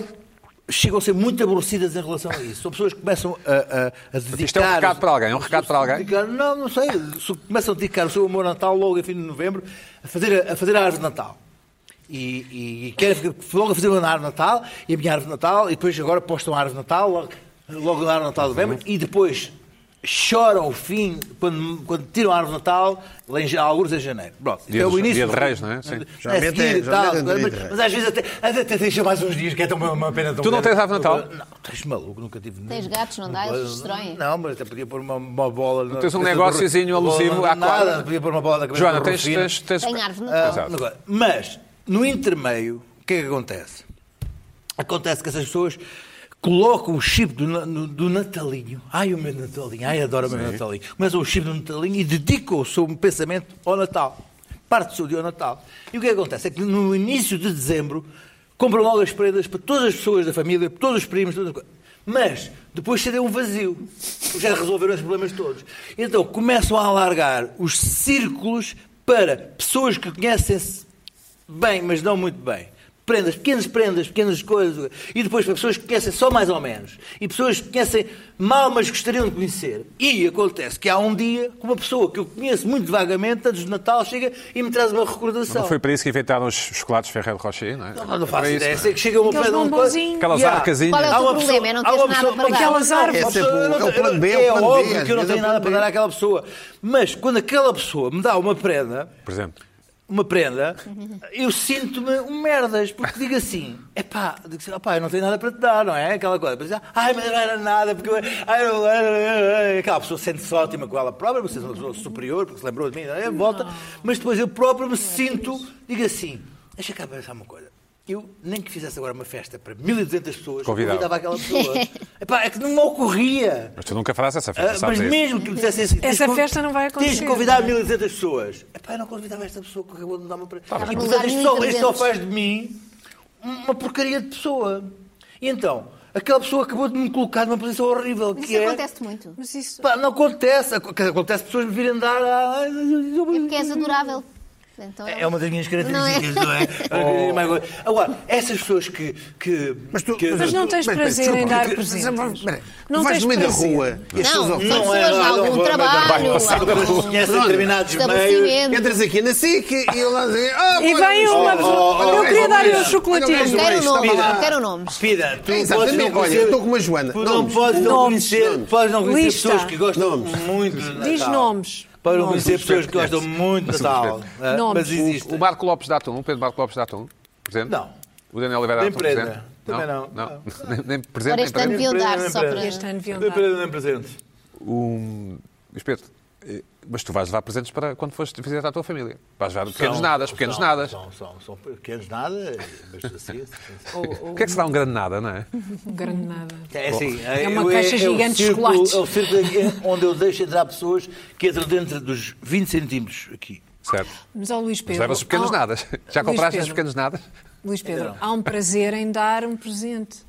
Chegam a ser muito aborrecidas em relação a isso. São pessoas que começam a, a, a dedicar.
Isto é um recado para alguém, é um recado para alguém.
Dedicar- não, não sei. Se começam a dedicar o seu amor ao Natal logo a fim de novembro a fazer a, a fazer a árvore de Natal. E, e, e querem ficar- logo a fazer uma árvore de Natal e a minha árvore de Natal e depois agora postam a árvore de Natal logo, logo na árvore de Natal de novembro e depois choram o fim quando, quando tiram a árvore de Natal lá em, alguns em janeiro. Pronto,
Dia
é
dos-
o início.
dia de Reis, não é? Sim.
É
Geralmente é-
seguir e tal,
geralmente é no dia de
mas,
Reis.
mas às vezes até, até, até deixa mais uns dias, que é tão uma uma pena tão
Tu não
grande.
tens árvore de Natal?
Não, tens maluco, nunca tive nenhum.
Tens gatos, não dá? Eles destroem.
Não, mas até podia pôr uma, uma bola. na
Tens um
cabeça do-
negóciozinho
é bola
alusivo
na-
à
nada,
quadra.
Podia pôr uma bola na cabeça
Joana,
do
tens...
Rufino.
tens, tens...
Tem árvore de
Ah,
Natal.
Exato.
agora, Mas, no intermeio, o que é que acontece? Acontece que essas pessoas colocam o chip do, na- no- do Natalinho. Ai, o meu Natalinho, ai, adoro o meu Natalinho. Começam o chip do Natalinho e dedicam o seu pensamento ao Natal. Parte do seu dia ao Natal. E o que é que acontece? É que no início de dezembro compram logo as prendas para todas as pessoas da família, para todos os primos, todas as coisas. Mas depois se deu um vazio. Porque Já resolveram os problemas todos. Então começam a alargar os círculos para pessoas que conhecem-se bem, mas não muito bem. Prendas, pequenas prendas, pequenas coisas. E depois para pessoas que conhecem só mais ou menos. E pessoas que conhecem mal, mas gostariam de conhecer. E acontece que há um dia que uma pessoa que eu conheço muito vagamente, antes do Natal, chega e me traz uma recordação.
Não foi para isso que inventaram os chocolates Ferreiro Rocher, não é?
Não, não
É para
faço
isso,
ideia.
não é?
Sei que chega uma
Aqueles
pedra, uma coisa-
bombozinhos.
Aquelas
Yeah.
arcasinhas.
Qual é o
Há
teu
uma pessoa-
problema? Não
há
tens
uma
nada
pessoa-
para dar.
Aquelas árvores.
Uma
Esse é
pessoa-
o- é o plano B, é o
É
plano B,
óbvio que eu
às
não
vezes
tenho
é o plano
nada para
B.
dar àquela pessoa. Mas quando aquela pessoa me dá uma prenda,
Por exemplo.
uma prenda, eu sinto-me um merdas, porque digo assim, epá, digo assim, opá, eu não tenho nada para te dar, não é? Aquela coisa, Depois, ai, mas não era nada, porque eu, ai, não era, ai, ai." aquela pessoa sente-se ótima com ela própria, você é uma pessoa superior, porque se lembrou de mim, é, volta, mas depois eu próprio me sinto, digo assim, deixa cá pensar uma coisa. Eu, nem que fizesse agora uma festa para 1.200 pessoas,
Convidava.
convidava aquela pessoa. Epá, é que não me ocorria.
Mas tu nunca farás essa
Ah,
festa,
mas
sabes isso?
mesmo que me dissessem assim,
Essa
tens de-
festa não vai
Tens
acontecer.
de convidar 1.200 pessoas. Epá, eu não convidava esta pessoa que acabou de me dar uma prenda. e
bem.
portanto, isto só, isto só
1.300.
faz de mim uma porcaria de pessoa. E então, aquela pessoa acabou de me colocar numa posição horrível.
Mas
que
isso
é...
acontece muito.
Mas isso.
Pá, não acontece. Ac- quer dizer, Acontece pessoas me virem dar. ah,
É porque és adorável. Então,
É uma das minhas características,
Não
não é? Agora, essas pessoas que. que
Mas, tu,
que-
Mas não
tu-
tens prazer
desculpa,
em dar
tu-
presentes.
mas, espera,
Não
tu vais
tens
no meio da
prazer.
rua e as pessoas
Não,
oferecem-
é
são pessoas de algum trabalho. algum
Conhecem determinados meios.
Estabelecimento.
Entras aqui na SIC e lá dizem. "Ah,
E
olha,
vem
isto-
uma
olha,
pessoa-
olha,
Eu
olha,
queria
olha,
dar-lhe
olha,
um chocolatinho.
olha, olha,
Quero
isto,
nomes,
olha,
não quero nomes.
Pira, tu
Exatamente.
podes não
Olha,
conhecer-
estou com uma Joana.
Tu não
Nomes,
podes não
nomes,
conhecer,
nomes.
podes não conhecer
Lista.
pessoas que gostam
Nomes.
muito de Natal.
Diz nomes.
Podes não
Nomes.
conhecer pessoas que gostam muito de Natal. Ah,
Nomes.
Mas existe.
O Marco Lopes dá atum, o Pedro Marco Lopes dá atum, presente?
Não.
O Daniel Oliveira dá
Nem
atum,
prenda.
presente?
Também não.
Não, nem, nem presente,
Ora,
nem
este ano
presente.
deviam dar
Prenda,
só
prenda.
para.
Este ano deviam
Nem
dar.
presente, nem presente.
Um... Luís Pedro, eh, mas tu vais levar presentes para quando fores visitar a tua família. Vais levar pequenos
São-
nadas, pequenos
são-
nadas.
São, são, são pequenos nada, mas assim.
Oh.
O que é que se dá um grande nada, não é?
Um grande nada.
É, assim,
É uma
eu-
caixa
o
gigante de
círculo-
chocolates.
É o círculo em- onde eu deixo entrar pessoas que entram dentro dos 20 centímetros aqui.
Certo.
Mas ao Luís Pedro.
Mas levas os pequenos
Ah,
há- um-
nadas. Já
Luís
compraste os
Pedro,
pequenos nadas?
Luís Pedro, há um prazer em dar um presente.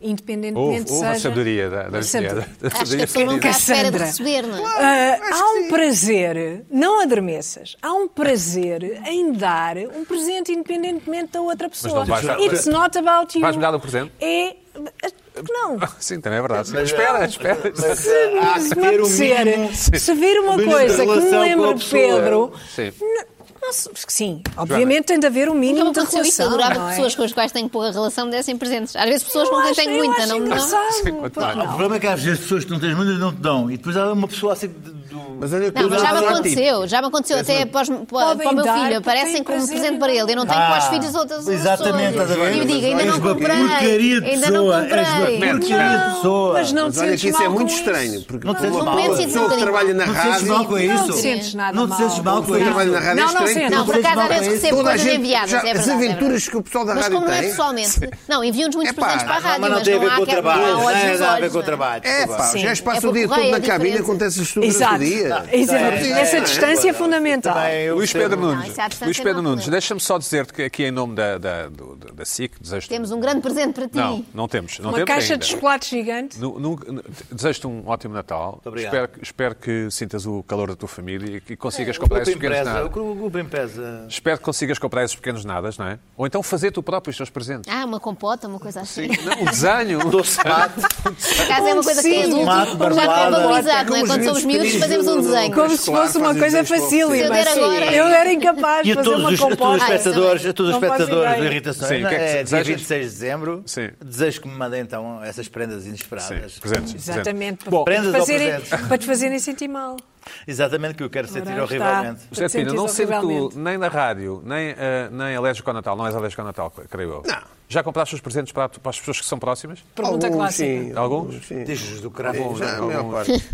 Houve,
Independentemente
houve a
seja.
sabedoria da, da,
Sabedoria.
da- da-
Acho que a
da-
pessoa não está à espera de
Cassandra.
receber, não é?
Ah,
acho
há
que
um
sim.
prazer, não adormeças, há um prazer em dar um presente independentemente da outra pessoa.
não vais dar- um
It's not about you.
Vais-me dar o presente?
É. Não.
Sim, também é verdade.
Mas,
espera,
ah,
espera.
mas,
Se,
ah, há que
se me
ter um
apetecer,
mínimo-
se vir uma
mínimo de
coisa que me
relação com
lembre
a
de
pessoa.
Pedro.
Sim.
n- não se- Sim, obviamente tem de haver um
Nunca me
mínimo de
aconteceu isso.
relação.
Adorava
não
é que
é?
pessoas com as quais tenho pouca relação me dessem presentes. Às vezes pessoas
Eu
com quem
acho-
tenho
eu
muita,
acho
não me dão.
engraçado,
Sim, quanto
pois
mais.
O
não.
problema é tipo, que às vezes as pessoas que não tens muitas não te dão. E depois há uma pessoa assim de, do...
Mas olha que
Não,
eu
mas já me
dou
aconteceu, já me aconteceu até para, os- para-
Podem
para o meu
dar,
filho. Aparecem
tem
como
presente.
presente para ele. Eu não tenho
Ah,
para os filhos outras outras
exatamente,
pessoas.
estás a ver?
E eu digo, ainda
És
não
uma
comprei.
porcaria de
Ainda não
pessoa, és uma
comprei.
merda. Tinha
Não,
pessoa.
Mas não te
Mas olha
sentes
que isso é
mal
muito
com
estranho, porque
Não te sentes
uma
mal.
pessoa-
Não te sentes
pessoa que
mal.
trabalha na
Não te sentes mal
rádio,
com
Não
isso?
te sentes nada
Não te
mal.
sentes mal com
pessoa que trabalha na
isso?
rádio é
Não, não
estranho.
sentes.
Não, por
Vocês
acaso
não
às vezes
conhecem.
recebo
Toda a
coisas
gente-
enviadas,
já-
é verdade.
as
é
aventuras
verdade.
que o pessoal da
Mas
rádio
como não é
tem-
pessoalmente. Não, enviam-nos muitos
Epá,
presentes para a
não,
rádio,
Mas não
mas
tem a
não
ver
há
com o
aquela- não há
trabalho. Não
outros
tem nada a ver
olhos,
com o
não é?
trabalho.
É pá, os
Sim.
gajos
É
passam o
por
dia todo
correio,
na
é
cabine e
diferente.
acontece isto tudo
Exato.
todo
Ah,
dia.
Exato.
Sim,
Essa
é,
distância é
pá.
fundamental.
Também eu
Tá. Luís Pedro
percebo.
Não,
Nunes,
Ah, isso à distância
Luís Pedro
não há
Nunes,
problema.
deixa-me só dizer-te que aqui em nome da, da, do- da, da SIC, desejo
Temos um grande presente para ti.
Não, não temos. Não
Uma
temos
caixa
ainda.
de chocolates gigante.
Nu- nunca- nu- Desejo-te um ótimo Natal.
obrigado.
Espero, que- espero que sintas o calor da tua família e que consigas
O
comprar
grupo
esses pequenos
É, empresa. O
nadas.
grupo empresa.
Espero que consigas comprar esses pequenos nadas, não é? Ou então fazer tu próprio os teus presentes.
Ah, uma compota, uma coisa assim.
Não, um desenho. Um
Doce mate.
Por acaso é uma coisa que é
Sim.
adulto,
Tomate,
já não é
marmelada.
valorizado, não é?
Como os
Quando somos miúdos
pequeninos
fazemos um
do- do-
desenho.
Como se
Claro,
fosse uma
fazem
coisa
desenhos para oferecer.
facílima.
Se eu der
sim.
agora-
Eu era incapaz
E
de
a
fazer
todos
uma
os, a todos os
compota.
Ah,
espectadores, a todos
Não
os
faço
espectadores
ideia.
do Irritações,
Sim, o que é que
é, dia
desejas?
26 de dezembro,
Sim.
desejo que me mandem então essas prendas
Sim,
inesperadas.
presentes. presentes.
Exatamente.
Bom,
para, te
Prendas ou
fazerem,
presentes?
para te fazerem sentir mal.
Exatamente, que eu quero sentir
Ora, está.
horrivelmente.
José
Te
Pina, não
sentes
sendo tu
horrivelmente.
nem na rádio, nem, ah, nem alérgico ao Natal, não és alérgico ao Natal, creio eu.
Não.
Já compraste os presentes para, para as pessoas que são próximas?
Pergunta
Alguns,
clássica.
sim,
Alguns?
sim.
Diz-nos do cravo.
É, Já, a maior parte.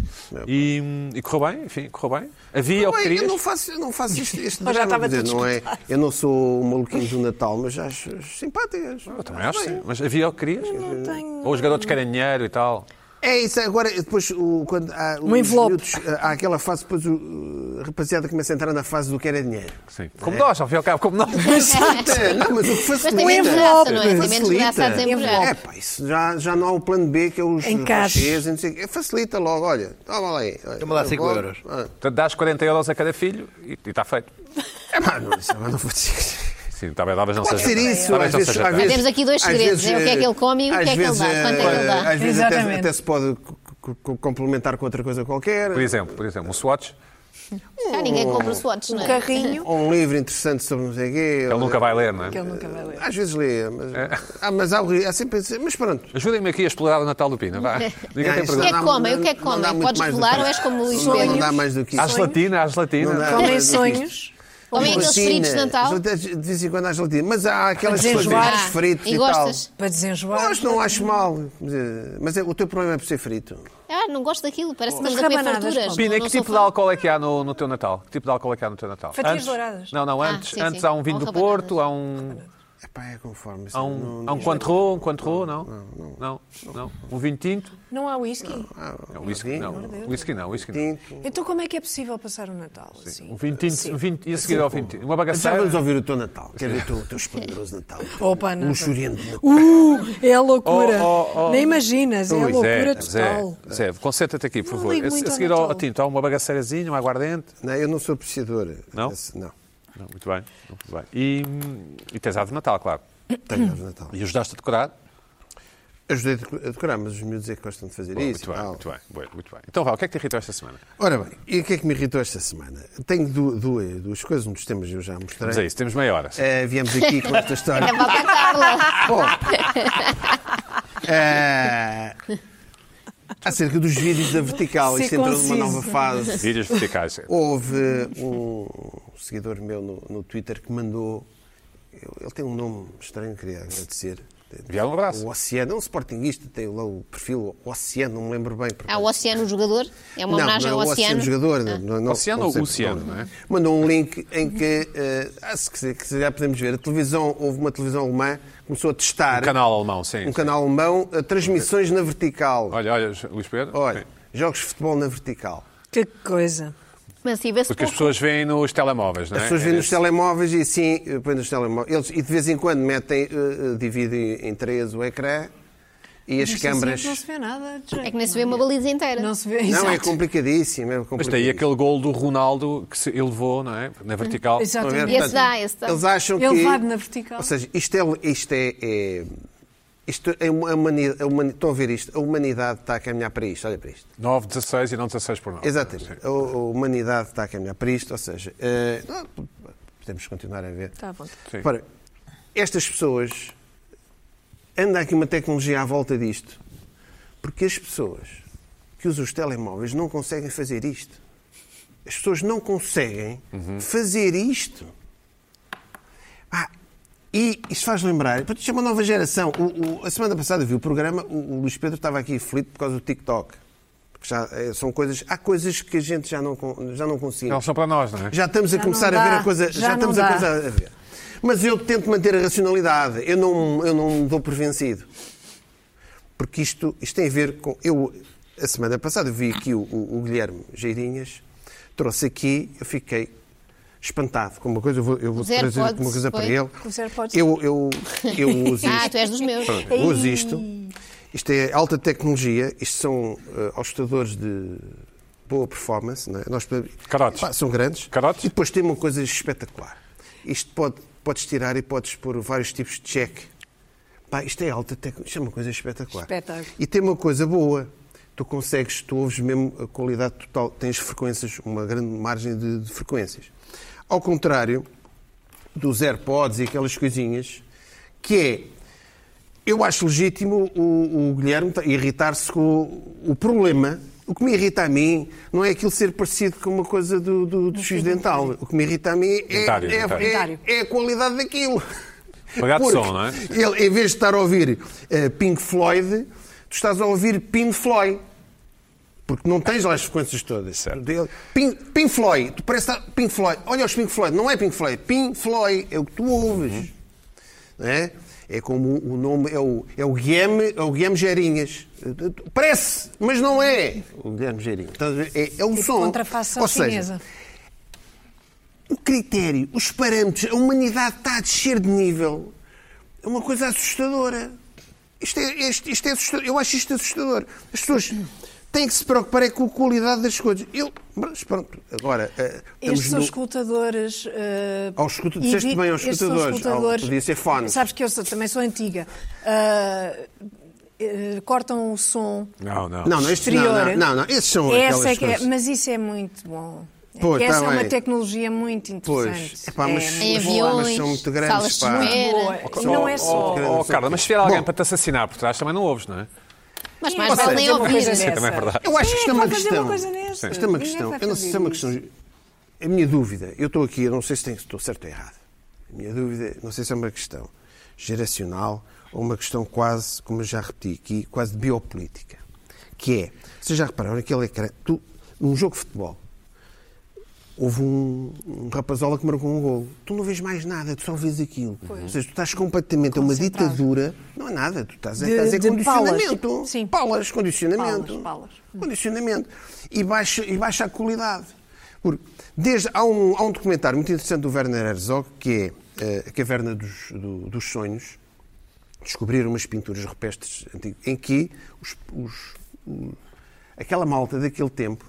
E, e correu bem? Enfim, correu bem? Havia o que
é Bem,
querias?
eu não faço, eu não faço isto. isto
Mas
não,
já estava
quer dizer,
tudo
não é, Eu não sou um maluquinho do Natal, mas acho simpáticas.
Eu também acho, sim. Mas havia o que querias? Não tenho. Ou os garotos querem dinheiro e tal.
É isso, agora depois o, quando há, os
envelope.
miúdos, há aquela fase, depois o, uh, a rapaziada começa a entrar na fase do que era dinheiro.
Sim. Como nós, ao fim e ao cabo, como nós.
É, não, mas o que
Mas
facilita.
tem menos graça, não é? Tem menos
Facilita.
graça a
É,
desempregar.
pá, isso já, já não há o plano B que é os
Em caixa.
rachês e não sei o quê. É, Facilita logo, olha, toma lá aí. Olha,
Toma lá
eu
cinco
vou-
euros.
Ah,
Portanto, dás 40 euros a cada filho e e está feito.
É pá, não, isso não vou dizer.
Sim, talvez, talvez não
Pode
seja.
ser isso.
Talvez
às
não
vezes-
seja.
às vezes-
temos aqui dois
às
segredos, é o que é que ele come e o
às
que é que ele dá,
vezes, eh,
quanto é que ele dá.
Às vezes até,
Exatamente.
até se pode co- co- co- complementar com outra coisa qualquer.
Por exemplo, por exemplo, um Swatch,
Já ninguém compra os swatches, não
Um
é?
carrinho
Ou um livro interessante sobre não sei o quê.
ele nunca vai ler, não é?
que ele nunca vai ler.
Às vezes lê, mas, ah, mas há, o ri- há sempre esse- Mas pronto.
Ajudem-me aqui a explorar o Natal do Pina, vá. Ninguém tem
isso
O que é
pergunta.
Não
que
dá-
comem? O que é que
não dá
comem?
muito
Podes
mais do
rolar
que-
ou és como o Luís
Não,
Pedro?
dá mais do que
Às
isso.
latina, às
Não dá.
latina.
Comem
Mas-
sonhos.
Comem é aqueles
Gelatina,
fritos de Natal? Ah,
gelatina, né? De vez em quando há gelatina. Mas há aquelas
Mas
coisas
enjoar.
mais fritos
e
e tal.
gostas?
Para desenjoar.
Mas não acho mal. Mas, eh, Mas é- o teu problema é por ser frito.
Ah, não gosto daquilo, parece que
Mas
estamos a comer
rabanadas, pá.
farturas.
Pina,
Não-
que
não sou
tipo de
fã.
álcool é que há no, no teu Natal? Que tipo de álcool é que há no teu Natal?
Fatias douradas.
Não, não,
Ah,
antes,
sim,
antes
sim.
há um vinho
Ou
do
rabanadas.
Porto, há um.
Epá, é conforme.
Há um, há um Cointreau, um Cointreau, não? Não, não. Um vinho tinto?
Não há whisky.
Não, um whisky não. Whisky não, um whisky não.
Tinto.
Então como é que é possível passar o Natal assim?
Um vinho tinto, um vinho, e a seguir ao vinho tinto. Uma
Já
bagaceira.
vamos ouvir o teu Natal. Quer ver o teu, o teu esplendoroso Natal.
Opa, não.
Um churiente Natal.
Uh, é a loucura.
Oh, oh, oh.
Nem imaginas, é a loucura
Zé,
total.
Zé, concentra-te aqui, por
Não
favor.
ligo
A,
muito
a
ao
seguir ao,
Natal.
ao tinto, há uma bagaceirazinha, um aguardente.
Não, eu não sou apreciador.
Não?
Esse- não.
Não, muito bem, muito bem. E, hum, e tens árvore de Natal, claro.
Tenho árvore de Natal.
E ajudaste a decorar?
Ajudei a deco- a decorar, mas os miúdos é que gostam de fazer
Boa,
isso.
muito, bem,
e tal.
muito bem, boa, muito bem. Então vá, o que é que te irritou esta semana?
Ora bem, e o que é que me irritou esta semana? Tenho du- duas, duas coisas, um dos temas eu já mostrei.
Vamos a isso, temos meia hora.
Eh, viemos aqui com esta história.
Ainda falta a Carla.
Bom, eh, acerca dos vídeos da vertical,
Ser
isto entrou numa
conciso.
nova fase.
Vídeos verticais.
Houve um seguidor meu no, no Twitter que mandou. eu- Ele tem um nome estranho, queria agradecer.
Enviar um abraço.
O Oceano, é um sportinguista, tem lá o perfil Oceano, não me lembro bem. por
Há o
acaso.
Oceano o Jogador,
Não,
é uma É homenagem
não,
ao
o
Oceano.
jogador. Não, não,
Oceano
não
ou
sei
Oceano,
porque
não é?
Mandou um link em que, eh, ah, se, quiser, que se calhar podemos ver, a televisão, houve uma televisão alemã, começou a testar
Um canal alemão, sim.
um canal alemão, eh, transmissões na vertical.
Olha, olha, Luís Pedro.
Olha,
Sim.
jogos de futebol na vertical.
Que coisa.
Mas sim, vê-se
Porque as
pouco.
pessoas veem nos telemóveis, não é?
As pessoas vêm
É
nos telemóveis e sim, eh, põem nos telemóveis. Eles, e de vez em quando metem, eh, eh, dividem em três o ecrã e as
Isto
câmaras.
assim Não se vê nada. de
É
jeito.
que nem se vê uma baliza inteira.
Não se vê,
Não, é
exato.
complicadíssimo. É complicadíssimo.
Mas tem aquele gol do Ronaldo que se elevou, não é? Na vertical.
Estão a ver?
Exatamente.
Esse dá, esse dá.
Eles acham que.
Elevado na vertical.
Ou seja, isto é. Isto é, é isto é uma humanidade, estão a ver isto? A humanidade está a caminhar para isto, olha para isto.
9, 16 e não 16 por 9.
Exatamente. A, a humanidade está a caminhar para isto, ou seja, eh, não, podemos continuar a ver.
Tá
Está à vontade.
Sim.
Repara, estas pessoas. Anda aqui uma tecnologia à volta disto. Porque as pessoas que usam os telemóveis não conseguem fazer isto. As pessoas não conseguem
Uhum.
fazer isto. Ah, e isso faz lembrar, para isto é uma nova geração. O- o- a semana passada eu vi o programa, o, o Luís Pedro estava aqui aflito por causa do TikTok. Porque já, eh, são coisas, há coisas que a gente já não, con- já não conseguimos.
Não são para nós, não é?
Já estamos a
Já
começar
não
a ver
dá.
a coisa.
Já
Já,
não
estamos
dá.
a começar a ver. Mas eu tento manter a racionalidade. Eu não, eu não me dou por vencido. Porque isto, isto tem a ver com. Eu, a semana passada, vi aqui o, o- o Guilherme Geirinhas, trouxe aqui, eu fiquei espantado com uma coisa. Eu vou, eu vou
Os AirPods,
trazer aqui uma coisa para
foi?
ele.
Os AirPods.
Eu, eu, eu uso
Ah,
isto.
tu és dos meus.
Pronto, eu uso isto. Isto é alta tecnologia. Isto são eh, auscultadores de boa performance. Não é? Nós podemos-
Carotes.
Pá, são grandes.
Carotes?
E depois tem uma coisa espetacular. Isto pode, podes tirar e podes pôr vários tipos de cheque. Pá, isto é alta tecnologia. Isto é uma coisa espetacular.
Espetáculo.
E tem uma coisa boa. Tu consegues, tu ouves mesmo a qualidade total. Tens frequências, uma grande margem de- de frequências. Ao contrário dos AirPods e aquelas coisinhas, que é. Eu acho legítimo o, o Guilherme ta- irritar-se com o, o problema. O que me irrita a mim não é aquilo ser parecido com uma coisa do, do, do X dental. O que me irrita a mim é,
Dentário,
é-
dentário.
é-
Dentário.
é a qualidade daquilo.
Pagar de
Porque
som, não é?
Ele, em vez de estar a ouvir eh, Pink Floyd, tu estás a ouvir Pink Floyd. Porque não tens lá as frequências todas. Dele- Pink, Pink Floyd, tu parece estar. Pink Floyd, olha os Pink Floyd, não é Pink Floyd, Pink Floyd é o que tu ouves.
Uhum.
Não é? É como o nome, é o, é o Guilherme, é o Guilherme Gerinhas. Parece, mas não é o Guilherme Gerinhas. Estás a ver? É, é um som.
Contrafação
Ou seja,
chinesa.
o critério, os parâmetros, a humanidade está a descer de nível. É uma coisa assustadora. Isto é, isto, isto é assustador. Eu acho isto assustador. As pessoas têm que se preocupar é com a qualidade das coisas. Eu, mas pronto, agora. eh, estamos
Estes são
no-
escutadores. eh,
Aos escuta- disseste
evi-
bem aos
estes são
escutadores. Ao- podia ser fones.
Sabes que eu sou- também sou antiga. Ah, eh, cortam o som.
Não, não.
Não, não, estes, não, não,
exterior.
não, não, esses são
Essa é
aquelas
que é,
coisas.
mas isso é muito bom. É
Pois,
que essa
tá
é uma
bem.
tecnologia muito interessante.
Pois, epá, mas-
é,
Em
Mas
aviões,
são muito grandes,
salas de
pá.
boa.
espera.
E não é só.
Oh, oh, Carla, mas se tiver alguém
Bom.
para te assassinar por trás, também não ouves, não é?
Mas
Quem é
mais
que
vale
vai
nem
fazer uma
ouvir.
coisa dessa?
Também é verdade.
Eu acho
Quem
que
é
isto
que
é uma
vai fazer
questão.
uma coisa dessas?
Isto é uma
Ninguém
questão.
vai
Eu não sei se é
fazer
uma questão. A minha dúvida, eu estou aqui, eu não sei se tenho- estou certo ou errado. A minha dúvida, não sei se é uma questão geracional ou uma questão quase, como eu já repeti aqui, quase de biopolítica. Que é, vocês já repararam, aquele ecrã. Tu, num jogo de futebol, houve um, um rapazola que marcou um gol. Tu não vês mais nada, tu só vês aquilo. Ou seja, tu estás completamente a uma
Concentrado.
ditadura, não é nada, tu estás, a
De-
estás em
de palas. tipo,
condicionamento.
Sim.
Palas, condicionamento.
Palas, palas.
Condicionamento. E baixa, e baixa a qualidade. Porque desde, há, um, há um documentário muito interessante do Werner Herzog, que é eh, A Caverna dos, do- dos Sonhos. Descobriram umas pinturas rupestres antigas, em que os- os- o- aquela malta daquele tempo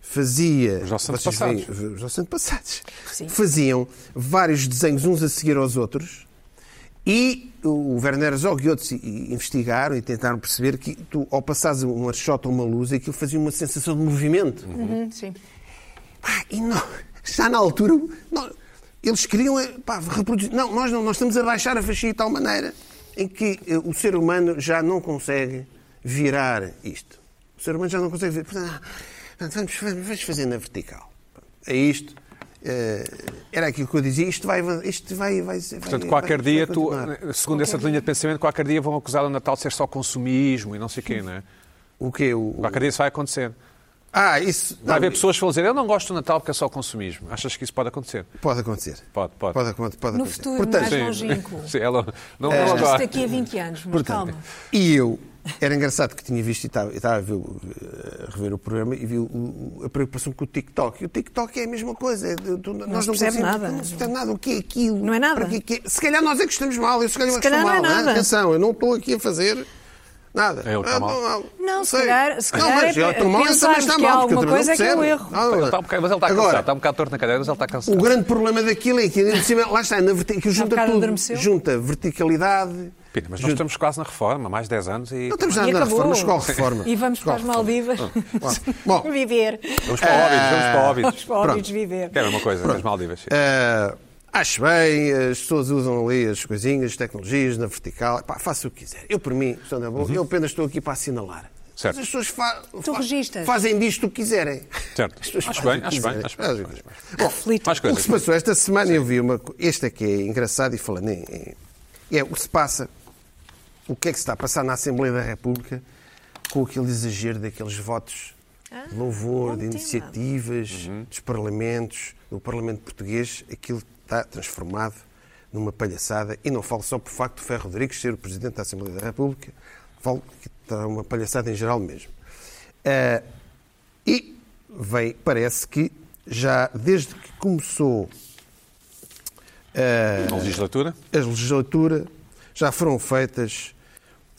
fazia.
Os nossos
vocês
antepassados.
veem- os nossos antepassados.
Sim.
Faziam vários desenhos uns a seguir aos outros. E o Werner Herzog e outros i- i- investigaram e tentaram perceber que tu, ao passares um archote ou uma luz, aquilo fazia uma sensação de movimento.
Uhum, sim.
Pá, e nó- já na altura, nó- eles queriam eh, pá, reproduzir. Não, nós não, nós estamos a baixar a fascia de tal maneira em que eh, o ser humano já não consegue virar isto. O ser humano já não consegue virar. Portanto, ah, portanto, vamos, vamos, vamos fazer na vertical. É isto. Eh, era aquilo que eu dizia. Isto vai. avan- Isto vai, vai, vai
Portanto,
vai-
qualquer
vai
dia, tu,
continuar.
segundo essa linha de pensamento, qualquer dia vão acusar o Natal de ser só consumismo e não sei o quê, não é?
O quê? O...
Qualquer dia isso vai acontecer.
Ah, isso.
Vai haver
não,
pessoas que vão dizer, eu não gosto do Natal porque é só consumismo. Achas que isso pode acontecer?
Pode acontecer.
Pode, pode.
Pode, É. acon- pode
No
acontecer.
futuro,
Portanto,
mais longínquo.
Sim, ela, não, não
Mas isto
agora.
daqui a 20 anos, mas
Portanto,
calma.
e eu, era engraçado que tinha visto e estava, eu estava a, ver o- eh, a rever o programa e vi o- o- a preocupação com o TikTok. E o TikTok é a mesma coisa. é do- do- nós
se
não
percebe
conseguimos-
nada.
Não se percebe nada. O que é aquilo?
Não é nada.
Para que é que é? Se calhar nós é que estamos mal. Eu se calhar,
Se
eu é que estou
calhar não é
mal,
nada.
Atenção, eu não estou aqui a fazer nada.
É, ele está
Ah,
mal.
Não, se
sei.
calhar- se
não,
calhar
mas
é
eu estou mal, eu também
pensarmos
está
que há
mal. porque eu
alguma
também não
coisa é que é um
percebo.
erro.
Ah,
Ele está um bocado- mas ele está
Agora,
cansado, está um bocado torto na cadeira, mas ele está cansado.
o grande problema daquilo é que, ainda por cima, lá está, na verti- que junta
bocado
tudo.
adormeceu.
Junta verticalidade.
Pina, mas nós
junta-
estamos quase na reforma, mais 10 anos e...
Não estamos
E
nada na
acabou.
reforma, mas qual reforma?
E vamos para
Qual
as
reforma?
Maldivas
Ah, Bom.
viver.
Vamos para Óbidos, vamos para
Vamos
Óbidos.
para Óbidos
Pronto.
viver.
Que é a mesma coisa, nas Maldivas. sim.
Ah, acho bem, as pessoas usam ali as coisinhas, as tecnologias na vertical. Pá, faça o que quiser. Eu, por mim, estou na boa. Eu apenas estou aqui para assinalar. Mas as
Uhum. Certo,
pessoas fa- fa-
registas.
fazem disto o que quiserem.
certo.
As pessoas
Acho
fazem
bem,
o que
acho bem,
quiserem.
acho bem,
Fazem o
acho
que
bem.
quiserem. Bom,
Aflito.
Mais
O que
coisas.
se passou esta semana, eu vi uma. co- Este aqui é engraçado e falando em. em- É o que se passa. O que é que se está a passar na Assembleia da República com aquele exagero daqueles votos de louvor,
Ah, bom
de
tema.
iniciativas, dos parlamentos, do Parlamento Português. Aquilo está transformado numa palhaçada. E não falo só por facto de Ferro Rodrigues ser o Presidente da Assembleia da República. Falo que está uma palhaçada em geral mesmo. Ah, e vem, parece que já desde que começou
Na legislatura?
a legislatura, já foram feitas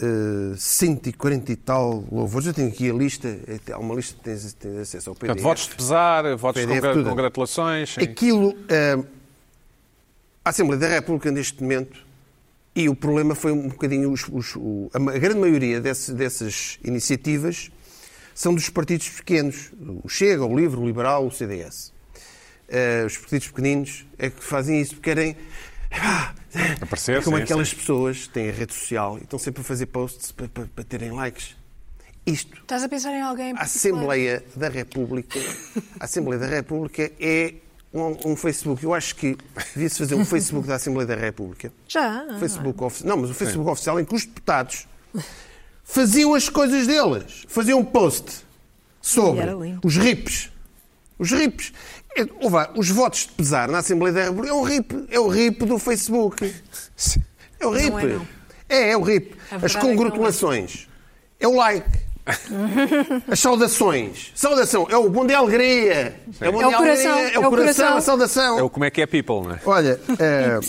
eh, 140 e tal louvores. Eu tenho aqui a lista, eh, há uma lista que tens, tens acesso ao
Portanto,
PDF.
votos de pesar, votos de
PDF,
congra-
tudo.
congratulações. sim.
Aquilo, eh, a Assembleia da República neste momento, e o problema foi um bocadinho, os- os- o- a, ma- a grande maioria desse- dessas iniciativas são dos partidos pequenos, o Chega, o Livre, o Liberal, o CDS. Eh, os partidos pequeninos é que fazem isso, porque querem...
Aparecer,
É como
sim,
aquelas pessoas que têm a rede social e estão sempre a fazer posts para, para- para terem likes. Isto,
Estás a pensar em alguém? em
a
particular?
Assembleia da República, a Assembleia da República é um, um Facebook. Eu acho que devia-se fazer um Facebook da Assembleia da República.
Já.
O
é?
Facebook ofi- Não, mas o Facebook oficial em que os deputados faziam as coisas deles. Faziam um post sobre
Era lindo.
os RIPs. Os RIPs. É, ouve, os votos de pesar na Assembleia da República é um RIP. É o RIP do Facebook. É o RIP.
Não é, não.
É, é o RIP.
A
As
verdade é que
congratulações. É o like. As saudações. Saudação. É o bom de alegria. É o bom
É o
de
coração,
alegria. É o coração. A saudação.
É o como é que é people, não é?
Olha, eh,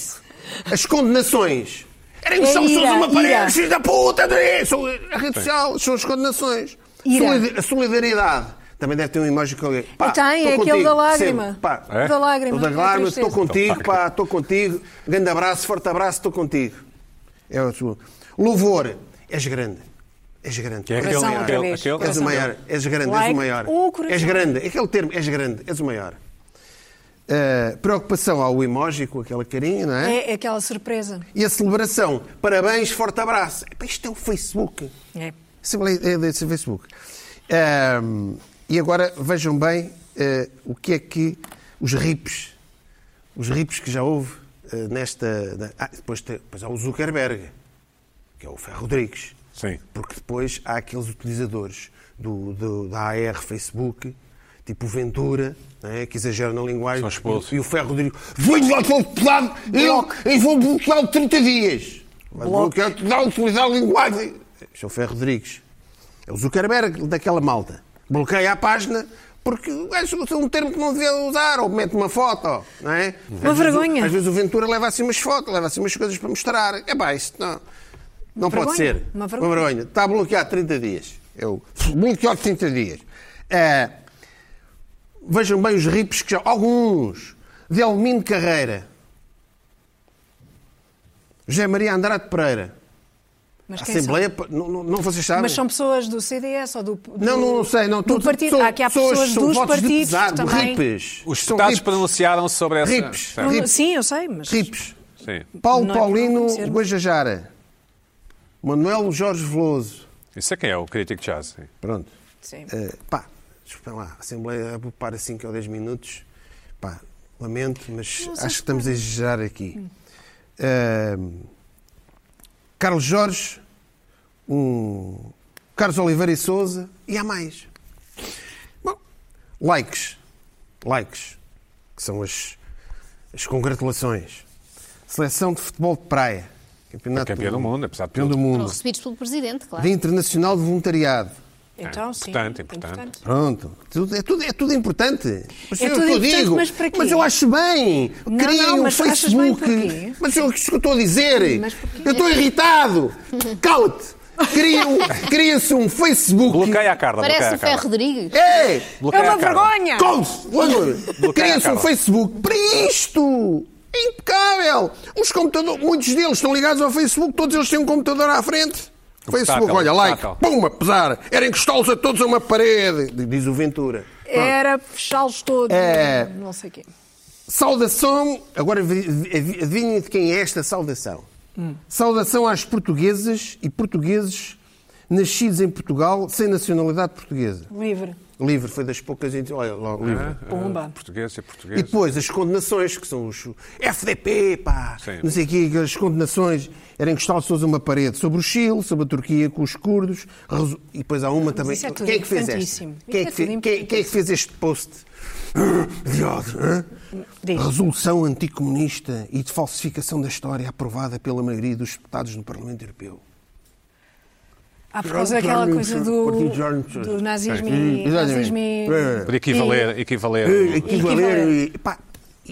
as condenações. Era que
É
são
ira,
todos uma
ira.
parede, filho da puta! de- são- A rede social são as condenações.
Ira.
Solida- a solidariedade. Também deve ter um uma imagem que alguém. Pá,
Tem, é
tô
aquele
contigo,
da lágrima.
sempre, pá.
É? Então,
Da lágrima.
O da
da
lágrima,
tristeza.
estou contigo, pá, estou contigo. Grande abraço, forte abraço, estou contigo. É o seu. Louvor, és grande. És grande.
é
És
Coração
o maior.
outra
aquele-
vez.
aquele-
És o
Coração.
maior, és grande, és
Like
o maior.
ou coração.
És grande, aquele termo, és grande, és o maior. Eh, preocupação ao emoji com aquela carinha, não é?
É, é aquela surpresa.
E a celebração, parabéns, forte abraço. Epá, Isto é o Facebook.
É.
Assembleia é desse Facebook. Ahm, e agora vejam bem eh, o que é que os rips, os rips que já houve eh, nesta. na- ah, depois, te- depois há o Zuckerberg, que é o Ferro Rodrigues.
Sim.
Porque depois há aqueles utilizadores do, do- da AR Facebook, tipo o Ventura, né, que exagera na linguagem.
São expulsos.
E, o Ferro Rodrigues. Vou-lhe lá todo pelado, eu, eu vou bloquear 30 dias. Mas
Bloco.
bloquear, dá utilizar a linguagem. Este é o Ferro Rodrigues. É o Zuckerberg daquela malta. Bloqueia a página. Porque acho que é um termo que não devia usar, ou mete uma foto, não é?
Uma
Às vezes o-
vergonha.
às vezes o Ventura leva assim umas fotos, leva assim umas coisas para mostrar. É pá, isto não, não
Vergonha.
pode ser.
Uma vergonha.
Está bloqueado 30 dias. Eu bloqueado 30 dias. Eh, vejam bem os rips que já. Alguns. Delmino Carreira. José Maria Andrade Pereira.
Mas quem são?
Assembleia. Não, não, não vocês sabem.
Mas são pessoas do CDS ou do. do-
Não, não, não sei. Não,
do
todos-
partido.
são
Há que há pessoas
são
dos
votos de
partidos
pesar,
que
de
também.
Ripes.
Os
São
deputados
ripes.
pronunciaram sobre essa.
Ripes.
Certo.
Não-
Ripes.
Sim, eu sei, mas.
Ripes.
Sim.
Paulo
Não é
Paulino
para não
Guajajara. Manuel Jorge Veloso.
Isso é quem é o crítico de jazz. Sim.
Pronto.
Sim.
Eh, pá, desculpem lá, a Assembleia para 5 ou 10 minutos. Pá, lamento, mas acho que estamos a exagerar aqui. Ahm, Carlos Jorge, um, Carlos Oliveira e Souza, e há mais. Bom, likes. Likes, que são as, as congratulações. Seleção de futebol de praia. Campeonato
É Campeão do mundo, apesar de um
Campeão
tudo.
do
Foram
mundo.
recebidos pelo Presidente, claro.
Dia Internacional de Voluntariado.
Então, sim.
É, Importante, importante.
Pronto, tudo, é, tudo, é tudo importante. Mas
É
eu
tudo
que eu
importante,
digo.
mas para quê?
eu acho bem.
Não,
Criem
não,
um
mas achas bem
Facebook.
para quê?
Mas eu, isso que eu estou a dizer.
Mas porquê?
Eu estou irritado. Cala-te. Cria um- Cria-se um Facebook.
Bloqueia a Carla.
Parece
bloqueia
o
a Carla.
Ferro Rodrigues.
É!
É
Bloqueia
uma
a Carla.
vergonha!
Cala-se. Logo.
Bloqueia a
Cria-se um
Carla.
Facebook para isto. É impecável. Os computadores, muitos deles estão ligados ao Facebook, todos eles têm um computador à frente. Facebook,
portátil,
olha, like,
portátil.
pumba, pesar, era encostá-los a todos a uma parede, diz o Ventura.
Era fechá-los todos.
É.
Não sei o quê.
Saudação, agora vi- vi- adivinhem de quem é esta saudação. Saudação às portuguesas e portugueses nascidos em Portugal sem nacionalidade portuguesa.
Livre.
Livre, foi das poucas. gente- Olha, lá, livre.
Ah.
Pumba.
Português e português.
E depois as condenações, que são os FDP, pá,
Sim.
não sei o quê, as condenações eram encostá-los a uma parede sobre o Chile, sobre a Turquia com os curdos, resu- e depois há uma também.
isso é tudo
quem é que fez esta?
importantíssimo.
Quem é
Isso
que,
é
fe-
tudo
quem- quem é que fez este post? Idiota, hã?
Diz.
Resolução anticomunista e de falsificação da história aprovada pela maioria dos deputados no Parlamento Europeu.
Ah, por causa daquela coisa do, do nazismo e
Exatamente.
nazismo
É.
e...
Por equivaler,
Eh,
equivaler.
equivaler. e, pá,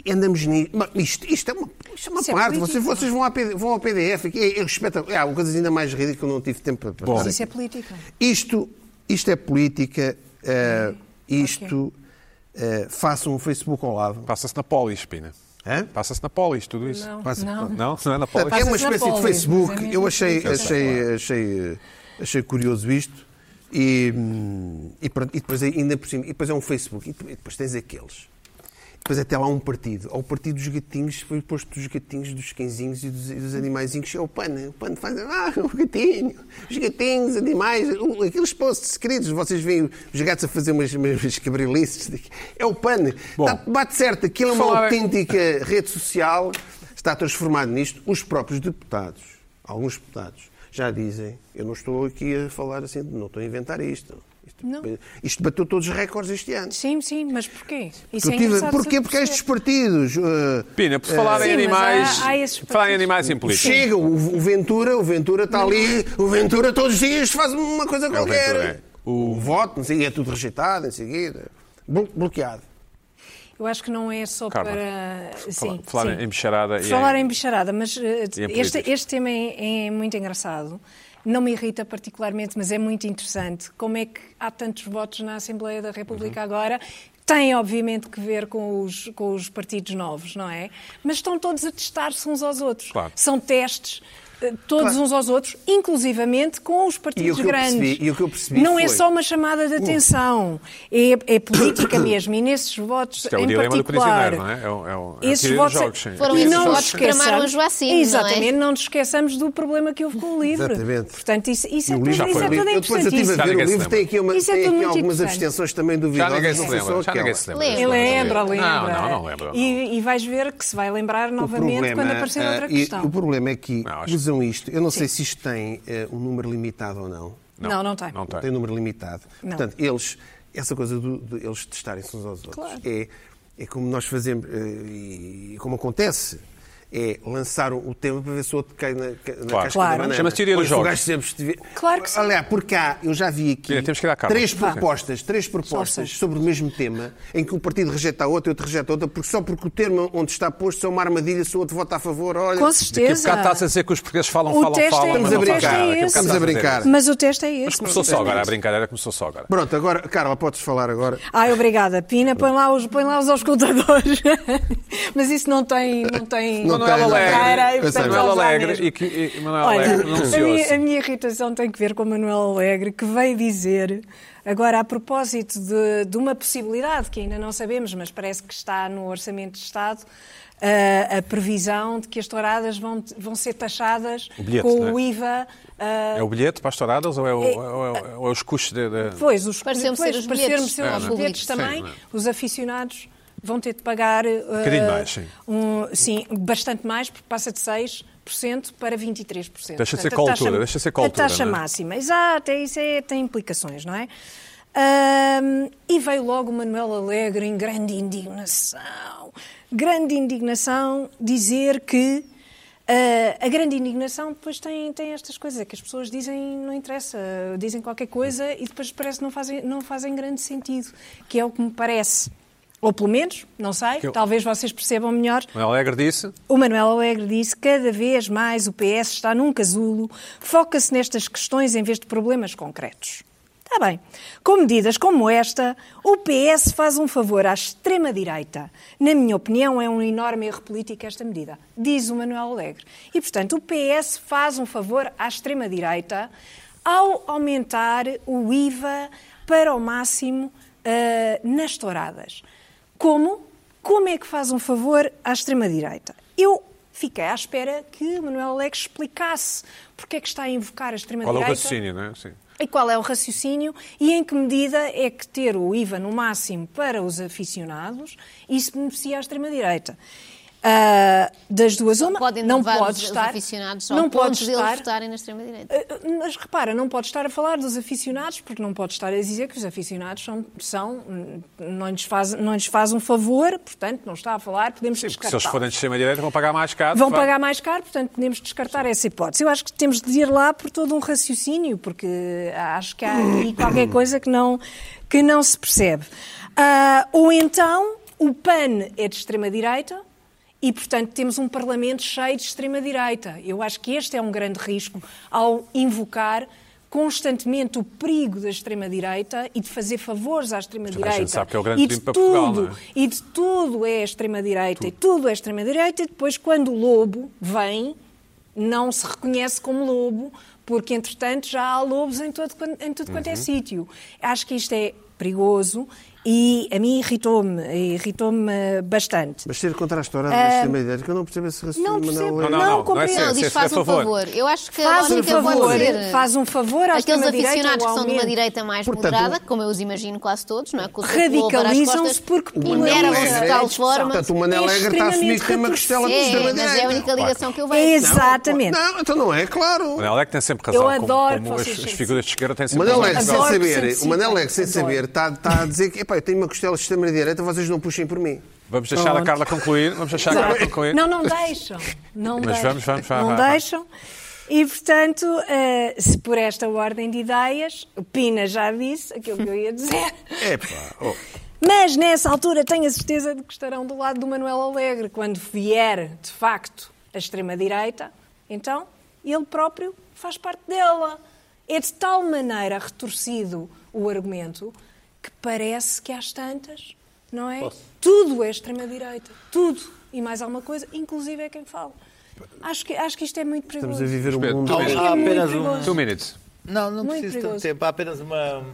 e andamos nisso. Mas Isto, isto é uma, isto é uma
Isso é
parte.
político.
vocês, vocês vão, à PD vão ao PDF. e- É, é espetáculo. É, há coisas ainda mais ridículas que eu não tive tempo para
Mas
passar.
isso é política.
Isto, isto é política. eh, isto. eh, façam um Facebook ao lado.
Passa-se na polis, Pina.
Hã?
Passa-se na polis, tudo isso.
Passa-
Não.
Não, não é na polis.
É
Passa-se
uma
na
espécie de
polis, mas é
Facebook.
mesmo
Eu achei,
política.
achei, achei, achei curioso isto. E, hum, e, pronto, e depois ainda por cima, e depois é um Facebook, e depois tens aqueles. Depois até lá um partido. Há o partido dos gatinhos, foi o posto dos gatinhos, dos cãezinhos e dos, e dos animaizinhos. É o pano. O pano faz. Ah, o gatinho. Os gatinhos, animais. o- Aqueles posts queridos. Vocês veem os gatos a fazer umas, umas umas cabrilices. É o pano.
Bom.
Tá- bate certo. Aquilo é uma
Falar-
autêntica rede social. Está transformado nisto. Os próprios deputados, alguns deputados, já dizem. Eu não estou aqui a falar assim. Não estou a inventar isto. Isto,
Não.
isto bateu todos os recordes este ano.
Sim, sim, mas porquê? Isso
Eu
é
tive-
engraçado
Porquê? Porque
saber perceber.
estes partidos. eh,
Pina, por falar em
Sim, mas
animais.
há- há esses
por falar em animais em
o
política.
Chega, o, o Ventura, o Ventura está ali, o Ventura todos os dias faz uma coisa
o
qualquer.
Ventura, é.
o... voto, não sei, o quê, é tudo rejeitado em seguida. Blo- bloqueado.
Eu acho que não é só
Carla,
para.
falar-
Sim,
falar
sim.
em bicharada e
Falar
em-
em bicharada, mas eh,
e em
este,
políticas.
este tema é, é muito engraçado. Não me irrita particularmente, mas é muito interessante. Como é que há tantos votos na Assembleia da República
Uhum.
agora? Tem, obviamente, que ver com os, com os partidos novos, não é? Mas estão todos a testar-se uns aos outros.
Claro.
São testes. eh, Todos uns aos outros, inclusivamente com os partidos
que eu
grandes.
percebi- e o que eu percebi
não é
foi- Uh.
só uma chamada de atenção, é, é política mesmo. E nesses votos
Isto é o
em
dilema do
particular.
prisioneiro, não é? É o- é o- é o
esses
tiro
votos
dos jogos, sim.
Foram
e
esses
não
votos
nos
que tramaram
esqueçamos-
a Joacine, não é?
Exatamente, não nos esqueçamos do problema que houve com o livro.
Exatamente.
Portanto, isso, isso é,
E
tudo,
já
isso
foi.
é tudo
Eu depois eu estive a
Já
ver
ninguém
o
se
livro, tem
lembra.
aqui, uma,
Isso é
tem
tudo
aqui
muito
algumas
interessante.
abstenções também
Já
duvidosas.
ninguém se
não sei se
lembra.
são
Já ninguém se
aquelas.
lembra.
Lembra,
Não,
Lembra, lembra.
Não, não, não lembra. não.
E, e vais ver que se vai lembrar novamente quando aparecer outra
ah, e-
questão.
o problema é que
Não, acho-
usam isto. Eu não sei se isto tem eh, um número limitado ou não.
Não, não tem.
Não tem.
Não tem um número limitado.
Não.
Portanto, eles, essa coisa do- de eles testarem-se uns aos outros
Claro.
é, é como nós fazemos eh, e como acontece. É lançar o tema para ver se o outro cai na, ca- na
Claro.
casca
Claro.
da banana.
Chama-se teoria
Pois
dos
o
jogos.
gajo sempre esteve-
Claro que sim.
Olha, porque há, eu já vi aqui
Olha, temos que ir à capa.
três
Vá.
propostas, três
Só sei.
propostas sobre o mesmo tema, em que um partido rejeita a outra e outro rejeita a outra, porque só porque o tema onde está posto é uma armadilha, se o outro vota a favor, olha...
Com
Daqui a
certeza.
bocado está-se a dizer que os portugueses falam,
O
falam,
teste é
falam. mas
esse.
não fazem
Estamos a
nada.
brincar,
Daqui a bocado
estamos a
está-se dizer
brincar.
isso.
Mas o teste é
Mas
este.
começou só agora, a brincadeira começou só agora.
Pronto, agora, Carla, podes falar agora.
Ai, obrigada. Pina, põe lá os, põe lá os auscultadores. Mas isso não tem. Não tem
Não
Manuel
tem, não
Alegre.
tem.
Cara, e,
Eu
portanto,
sei.
Manuel
vamos lá
Alegre
mesmo.
é e que e Manuel
Olha,
Alegre
a minha, a
pronunciou-se.
minha irritação tem que ver com o Manuel Alegre, que veio dizer, agora a propósito de, de uma possibilidade que ainda não sabemos, mas parece que está no Orçamento de Estado, ah, a previsão de que as touradas vão, vão ser taxadas
O bilhete,
com
não
o
é?
IVA. ah,
É o bilhete para as touradas ou é, o, ou é- ou é os custos de, de-
Pois, os
Pareceu-me
pois,
ser os
parecer-me
bilhetes.
ser
É,
os
não é?
bilhetes
Públicos,
também,
sim, não é?
os aficionados vão ter de pagar um
bocadinho mais, sim.
um- sim, bastante mais, porque passa de 6% para 23%.
Deixa de ser
Portanto, a
coaltura,
taxa-
deixa de ser coaltura,
A taxa
não é?
máxima, exato, é isso é, tem implicações, não é? Ahm, e veio logo o Manuel Alegre em grande indignação, grande indignação, dizer que ah, a grande indignação depois tem, tem estas coisas, é que as pessoas dizem, não interessa, dizem qualquer coisa e depois parece que não fazem, não fazem grande sentido, que é o que me parece. Ou pelo menos, não sei,
Que eu-
talvez vocês percebam melhor,
Manuel Alegre disse.
o Manuel Alegre disse cada vez mais o PS está num casulo, foca-se nestas questões em vez de problemas concretos. Está bem. Com medidas como esta, o PS faz um favor à extrema-direita. Na minha opinião, é um enorme erro político esta medida, diz o Manuel Alegre. E, portanto, o PS faz um favor à extrema-direita ao aumentar o IVA para o máximo ah, nas touradas. Como? Como é que faz um favor à extrema-direita? Eu fiquei à espera que Manuel Alegre explicasse porque é que está a invocar
Qual
a
é o
extrema-direita.
raciocínio, não é? Sim.
E qual é o raciocínio e em que medida é que ter o IVA no máximo para os aficionados isso beneficia a extrema-direita? Ah, das duas, uma,
Podem
não
levar
pode
os,
estar.
os aficionados ao
não
ponto
pode
deles
estar.
votarem na extrema-direita.
Ah, Mas repara, não pode estar a falar dos aficionados, porque não pode estar a dizer que os aficionados são, são não, lhes faz, não lhes faz um favor, portanto, não está a falar, podemos
Sim, porque se eles
descartar.
forem de extrema-direita vão pagar mais caro.
Vão
de facto.
pagar mais caro, portanto, podemos descartar essa hipótese. Eu acho que temos de ir lá por todo um raciocínio, porque ah, acho que há aqui qualquer coisa que não, que não se percebe. Ah, ou então, o PAN é de extrema-direita e, portanto, temos um Parlamento cheio de extrema-direita. Eu acho que este é um grande risco ao invocar constantemente o perigo da extrema-direita e de fazer favores à extrema-direita.
sabe que é o grande
e de
perigo para Portugal,
tudo,
não é?
e de tudo é extrema-direita, e tudo é extrema-direita, e depois, quando o lobo vem, não se reconhece como lobo, porque, entretanto, já há lobos em, todo, quan- em tudo
Uhum.
quanto é sítio. Acho que isto é perigoso e a mim irritou-me, irritou-me eh, bastante.
Mas ser contra a história da extrema-direita, que eu não percebo esse raciocínio.
não percebo.
Manuel
Não,
Leite.
não, não.
Não,
não é
compreendo.
ser,
Não,
ser-
diz
ser
faz um
favor.
favor. Eu acho que
Faz
a
um
única pode
favor,
ser...
faz um favor à
Aqueles
extrema-direita
aficionados que são de uma
igualmente.
direita mais
Portanto,
moderada, como eu os imagino quase todos, não é? Com o
Radicalizam-se
revólver às costas,
porque é
e
o Manuel
meram-se de
Alegre-
tal forma.
Portanto, o Manel
É
Alegre está a assumir que tem uma
extremamente
costela de
É, mas é a
extrema-direita.
única ligação que eu vejo.
É Exatamente.
Não, então não é, claro.
O Manuel é que tem sempre razão.
Eu
como-
adoro que
como as,
vocês
as
pensem.
figuras de esquerda têm
O
sempre
Manel
razão.
Alegre,
Adoro
sem
que
saber,
se
o Manel Alegre, sem
sinta, adoro.
saber, está está a dizer que "Epá, eu tenho uma costela de extrema-direita, vocês não puxem por mim.
Vamos deixar a
Pronto.
Carla concluir. Vamos deixar a Carla concluir.
Não, não deixam. Não
Mas
deixam.
vamos, vamos, vá,
Não
vá, vá.
deixam. E, portanto, eh, se por esta ordem de ideias, o Pina já disse aquilo que eu ia dizer.
É,
Epá, oh.
Mas nessa altura tenho a certeza de que estarão do lado do Manuel Alegre. Quando vier, de facto, a extrema-direita, então ele próprio faz parte dela. É de tal maneira retorcido o argumento que parece que às tantas, não é? Tudo é extrema-direita. Tudo. E mais alguma coisa, inclusive é quem fala. Acho que, acho que isto é muito
Estamos
perigoso.
a viver um
Espera,
mundo...
tu
Acho que
Há
é muito
apenas um-
perigoso.
Two minutes.
Não, não
Muito
preciso tanto
é perigoso.
tempo. Há apenas uma,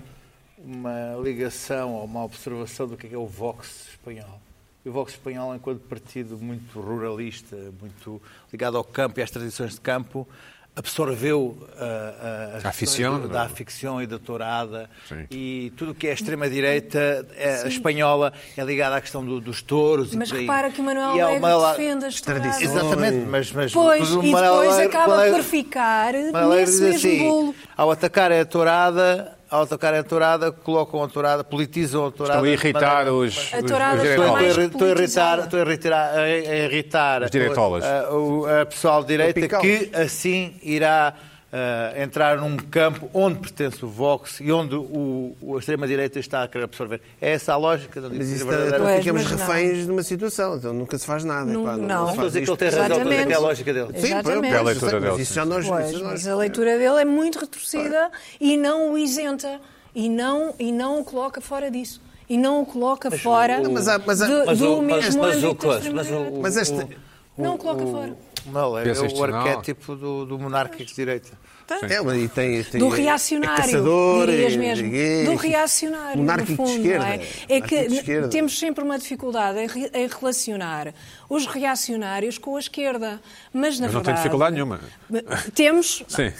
uma ligação ou uma observação do que é, que é o Vox espanhol. E O Vox espanhol, enquanto partido muito ruralista, muito ligado ao campo e às tradições de campo, absorveu ah, ah, as
A aficião,
questões da
não é?
ficção e da tourada
Sim.
e tudo o que é extrema-direita é, espanhola é ligado à questão do- dos touros. e
Mas
por aí.
repara que o Manuel
E há
Alegre
uma la-
defende as
tradições.
touradas.
Exatamente, mas... mas um
Pois,
mas o
e
Manuel
depois
Alegre-
acaba
Manuel-
por ficar
Manuel Alegre
nesse
diz assim,
mesmo bolo.
Ao atacar a tourada, ao atacar a tourada, colocam a tourada, politizam a tourada.
Estão a
de
irritar
maneira-
os, os,
A
os
tourada foi
Estou a-
direitórios.
mais-
estou a irritar,
politizada.
estou a irritar, a, a irritar
Os direitolas.
a- o a pessoal de direita
Tropical.
que assim irá ah, entrar num campo onde pertence o Vox e onde o, o- a extrema-direita está a querer absorver. É essa a lógica da
Mas isso
é
direita
está-
verdadeira.
então
Pois,
ficamos
mas não.
reféns de uma situação, então nunca se faz nada.
Não,
epá,
não.
se
Estou a
faz
dizer é que ele
isto.
tem razão, estou a dizer que
Exatamente.
é a lógica dele.
Sim, pois,
Exatamente.
pois,
É a leitura
mas
dele,
Isso
sim.
já nós...
Pois,
isso nós-
mas a leitura dele é muito retorcida e não o isenta e não, e não o coloca fora disso. E não o coloca fora
Mas há- mas há-
do,
Mas
do
o- mas-
mesmo
mas o
âmbito da
coisa, mas o-
extrema-direita.
Mas este...
Não o coloca fora.
Não, é,
Pensa
o
isto não.
arquétipo do, do monárquico de direita.
É, mas e tem, tem,
Do
é
reacionário,
caçador,
dirias
é-
mesmo.
é-
Do reacionário, no
monárquico
fundo,
de esquerda.
não é? É que
monárquico de esquerda.
temos sempre uma dificuldade em, re- em relacionar os reacionários com a esquerda. Mas,
Mas
na
não tem
verdade...
dificuldade nenhuma.
Temos...
Sim.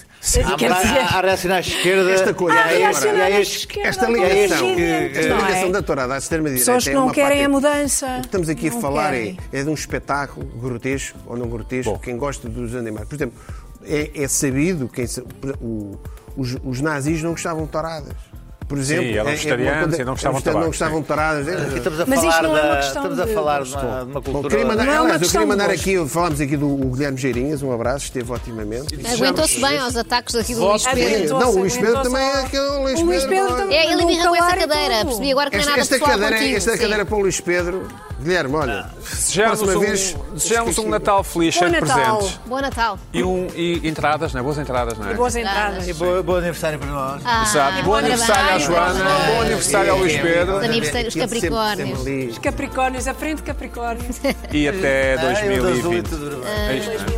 Há,
Quer dizer-
há, há reacionais de esquerda.
Esta coisa,
e
Há
há este-
reacionários
e há
de
este-
esquerda.
Esta
Agora,
ligação,
gigante,
esta
não é?
ligação da tourada à extrema-direita
Pessoas que
é
não
uma
querem
parte-
a mudança.
O que estamos aqui a
Não
falar é,
querem.
é de um espetáculo grotesco ou não grotesco,
Bom.
quem gosta dos animais. Por exemplo, é, é sabido quem sa- por- o- os, os nazis não gostavam de touradas. Por exemplo,
eram
é- é uma
vegetarianos
coisa-
e não gostavam de
não
tabaco,
gostavam de touradas.
Aqui
É-
estamos a
Mas isto
falar
não é uma
da-
questão
Estamos a
de
falar de
gosto.
uma, de uma
Bom,
cultura.
queria mandar,
Não é uma
aliás, eu
questão
queria
de
mandar
gosto.
aqui, falámos aqui do o Guilherme Geirinhas, um abraço, esteve otimamente.
Aguentou-se bem aos ataques aqui do Luís Pedro.
Aguentou. Não, o Luís Pedro também é
aguentou-se.
aquele Luís
O Luís
Pedro
Pedro
não é?
também.
É, ele
mandou
mirrou essa
calar e
cadeira.
tudo.
Percebi agora que não é
Esta,
nada
esta
pessoal
cadeira,
contigo.
esta
Sim.
cadeira para o Luís Pedro. Guilherme, olha.
Desejamos
Próxima
um,
vez-
desejamos um Natal feliz, cheio de
Bom Natal.
presentes.
Bom Natal.
E, um, e entradas, não é? Boas entradas, não é?
Boas entradas.
E boa- bom aniversário para nós.
Ah,
Ah,
Exato. Bom aniversário à
parabéns.
Joana, bom aniversário ao Luís Pedro
Os aniversários
Sempre- sempre
Capricórnios.
ali.
Os Capricórnios, à frente de Capricórnios.
e até
Ah, eu dou-lhe
2020.
tudo de novo.
É isto, não é?